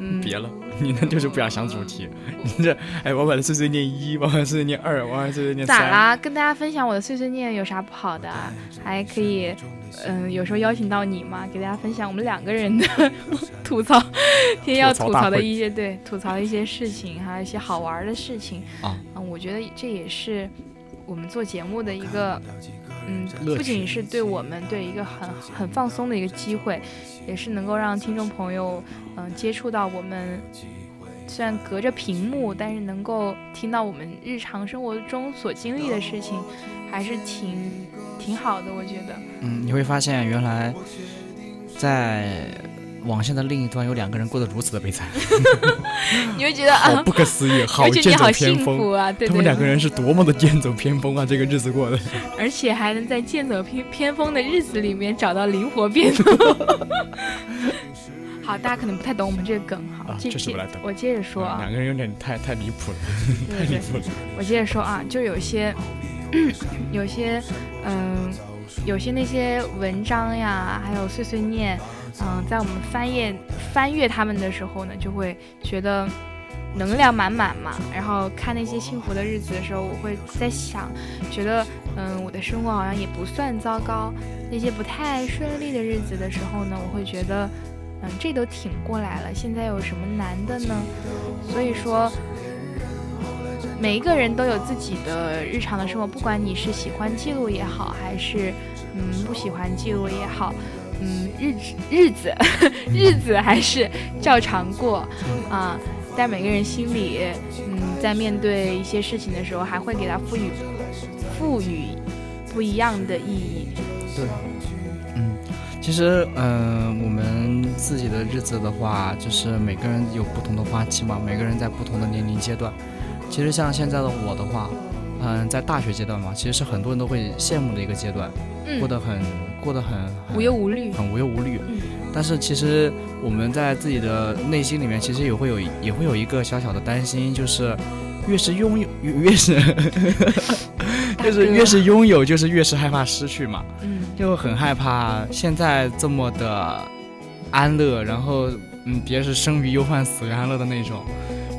Speaker 2: 嗯，
Speaker 4: 别了，你那就是不想想主题。你这哎，我把它碎碎念一，我把它碎碎念二，我把它碎碎念
Speaker 2: 咋
Speaker 4: 三。
Speaker 2: 啦？跟大家分享我的碎碎念有啥不好的啊、还可以，嗯、有时候邀请到你嘛，给大家分享我们两个人的吐槽，天天要
Speaker 4: 吐槽
Speaker 2: 吐
Speaker 4: 大
Speaker 2: 槽的
Speaker 4: 会
Speaker 2: 一些对吐槽的一些事情，还有一些好玩的事情
Speaker 4: 啊
Speaker 2: 嗯我觉得这也是我们做节目的一个。嗯，
Speaker 4: 乐
Speaker 2: 不仅
Speaker 4: 趣
Speaker 2: 是对我
Speaker 4: 啊
Speaker 2: 们对一个很很放松的一个机会，也是能够让听众朋友嗯、接触到我们，虽然隔着屏幕，但是能够听到我们日常生活中所经历的事情，还是挺挺好的，我觉得。
Speaker 3: 嗯，你会发现原来在网线的另一端有两个人过得如此 的悲惨，
Speaker 2: 你会觉得啊
Speaker 4: 好，不可思议，好
Speaker 2: 而且你
Speaker 4: 剑走
Speaker 2: 好
Speaker 4: 偏
Speaker 2: 幸福
Speaker 4: 锋。
Speaker 2: 啊，对
Speaker 4: 他
Speaker 2: 对。
Speaker 4: 们两个人是多么的剑走偏锋啊！这个日子过的，
Speaker 2: 而且还能在剑走偏偏锋的日子里面找到灵活变 通。好，大家可能不太懂我们这个梗，好，
Speaker 4: 啊
Speaker 2: 接
Speaker 4: 确实
Speaker 2: 接
Speaker 4: 不太懂
Speaker 2: 我接着说啊
Speaker 4: 两，个人有点太太离谱了，
Speaker 2: 对
Speaker 4: 太
Speaker 2: 对对。
Speaker 4: 离谱了。
Speaker 2: 我接着说啊，就有些， 有些，嗯，有些那些文章呀，还有碎碎念，嗯，在我们翻页翻阅他们的时候呢，就会觉得能量满满嘛。然后看那些幸福的日子的时候，我会在想，觉得，嗯，我的生活好像也不算糟糕。那些不太顺利的日子的时候呢，我会觉得。嗯，这都挺过来了，现在有什么难的呢？所以说，每一个人都有自己的日常的生活，不管你是喜欢记录也好，还是嗯不喜欢记录也好，嗯日子日子 日子还是照常过啊。但每个人心里，嗯，在面对一些事情的时候，还会给它赋予赋予不一样的意义。嗯
Speaker 3: 其实，嗯、我们自己的日子的话，就是每个人有不同的花期嘛，每个人在不同的年龄阶段。其实像现在的我的话，嗯、在大学阶段嘛，其实是很多人都会羡慕的一个阶段，
Speaker 2: 嗯
Speaker 3: 过，得嗯很过得很很
Speaker 2: 无忧无虑。
Speaker 3: 很无忧无虑
Speaker 2: 嗯。
Speaker 3: 但是其实我们在自己的内心里面，其实也会有也会有一个小小的担心，就是越是拥有越越是 越是越是拥有，就是越是害怕失去嘛。
Speaker 2: 嗯，
Speaker 3: 就很害怕现在这么的安乐，然后嗯，别是生于忧患，死于安乐的那种，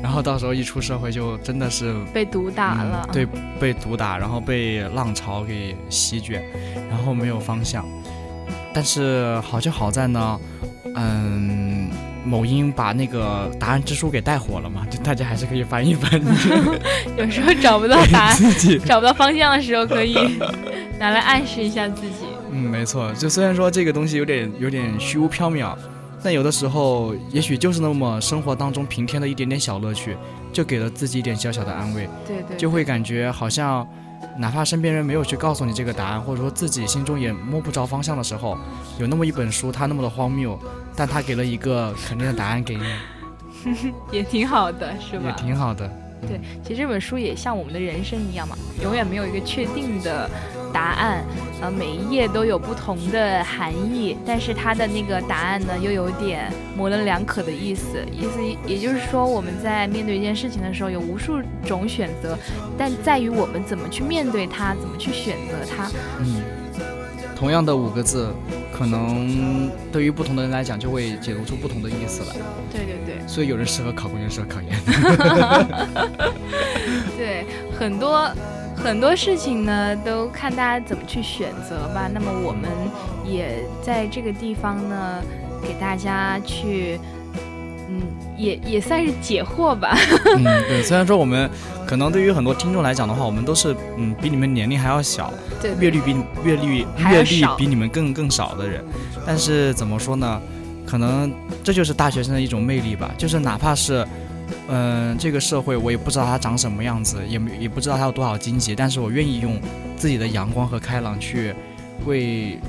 Speaker 3: 然后到时候一出社会就真的是
Speaker 2: 被毒打
Speaker 3: 嗯
Speaker 2: 了。
Speaker 3: 对，被毒打，然后被浪潮给席卷，然后没有方向。但是好就好在呢，嗯，某音把那个答案之书给带火了嘛，就大家还是可以翻一翻，
Speaker 2: 有时候找不到答案，
Speaker 3: 自己
Speaker 2: 找不到方向的时候，可以 拿来暗示一下自己。
Speaker 3: 嗯，没错，就虽然说这个东西有点有点虚无缥缈，但有的时候也许就是那么生活当中平添的一点点小乐趣，就给了自己一点小小的安慰，
Speaker 2: 对对对，
Speaker 3: 就会感觉好像，哪怕身边人没有去告诉你这个答案，或者说自己心中也摸不着方向的时候，有那么一本书，它那么的荒谬，但它给了一个肯定的答案给你，
Speaker 2: 也挺好的，是
Speaker 3: 也
Speaker 2: 吧？
Speaker 3: 挺好的。
Speaker 2: 对，其实这本书也像我们的人生一样嘛，永远没有一个确定的答案，呃，每一页都有不同的含义，但是它的那个答案呢，又有点模棱两可的意思。意思也就是说，我们在面对一件事情的时候，有无数种选择，但在于我们怎么去面对它，怎么去选择它。
Speaker 3: 嗯，同样的五个字，可能对于不同的人来讲，就会解读出不同的意思来。
Speaker 2: 对对对。
Speaker 3: 所以有人适合考公，有人适合考研。
Speaker 2: 对，很多很多事情呢，都看大家怎么去选择吧。那么我们也在这个地方呢，给大家去，嗯，也也算是解惑吧。
Speaker 3: 嗯，对，虽然说我们可能对于很多听众来讲的话，我们都是嗯比你们年龄还要小，
Speaker 2: 对
Speaker 3: 阅历比你阅历
Speaker 2: 还要
Speaker 3: 阅历
Speaker 2: 少
Speaker 3: 比你们更更少的人，但是怎么说呢？可能这就是大学生的一种魅力吧，就是哪怕是嗯、这个社会我也不知道它长什么样子，也没也不知道它有多少荆棘，但是我愿意用自己的阳光和开朗去为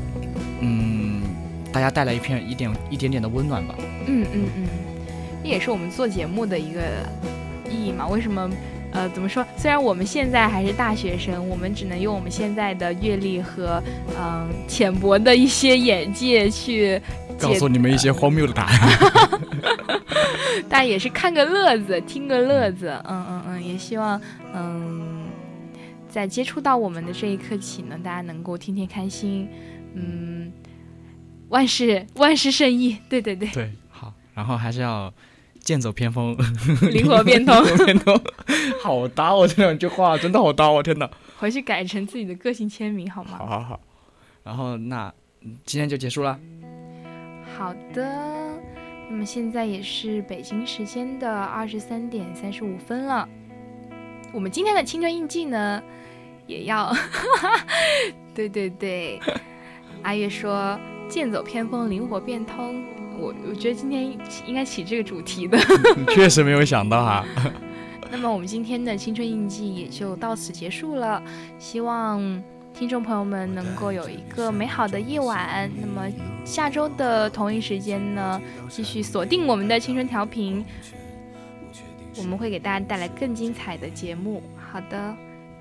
Speaker 3: 嗯大家带来一片一点一点点的温暖吧。
Speaker 2: 嗯嗯嗯，这也是我们做节目的一个意义嘛。为什么？呃，怎么说？虽然我们现在还是大学生，我们只能用我们现在的阅历和嗯、浅薄的一些眼界去
Speaker 3: 告
Speaker 2: 解
Speaker 3: 诉你们一些荒谬的答案。
Speaker 2: 但也是看个乐子，听个乐子，嗯嗯嗯，也希望嗯，在接触到我们的这一刻起呢，大家能够天天开心，嗯，万事万事胜意，对对 对，
Speaker 3: 对，好，然后还是要剑走偏锋，
Speaker 2: 灵活变通，
Speaker 3: 偏锋， 好搭哦，这两句话真的好搭哦，天哪！
Speaker 2: 回去改成自己的个性签名好吗？
Speaker 3: 好好好，然后那嗯今天就结束了。
Speaker 2: 好的，那么现在也是北京时间的二十三点三十五分了。我们今天的青春印记呢，也要， 对对对，阿月说剑走偏锋，灵活变通。我我觉得今天应该起这个主题的。
Speaker 3: 确实没有想到啊哈、
Speaker 2: 那么我们今天的青春印记也就到此结束了，希望听众朋友们能够有一个美好的夜晚。那么下周的同一时间呢，继续锁定我们的青春调频，我们会给大家带来更精彩的节目。好的，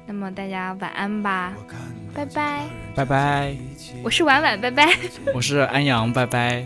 Speaker 2: 那么大家晚安吧，拜拜，
Speaker 3: 拜拜，
Speaker 2: 我是婉婉，拜拜。
Speaker 3: 我是安阳，拜拜。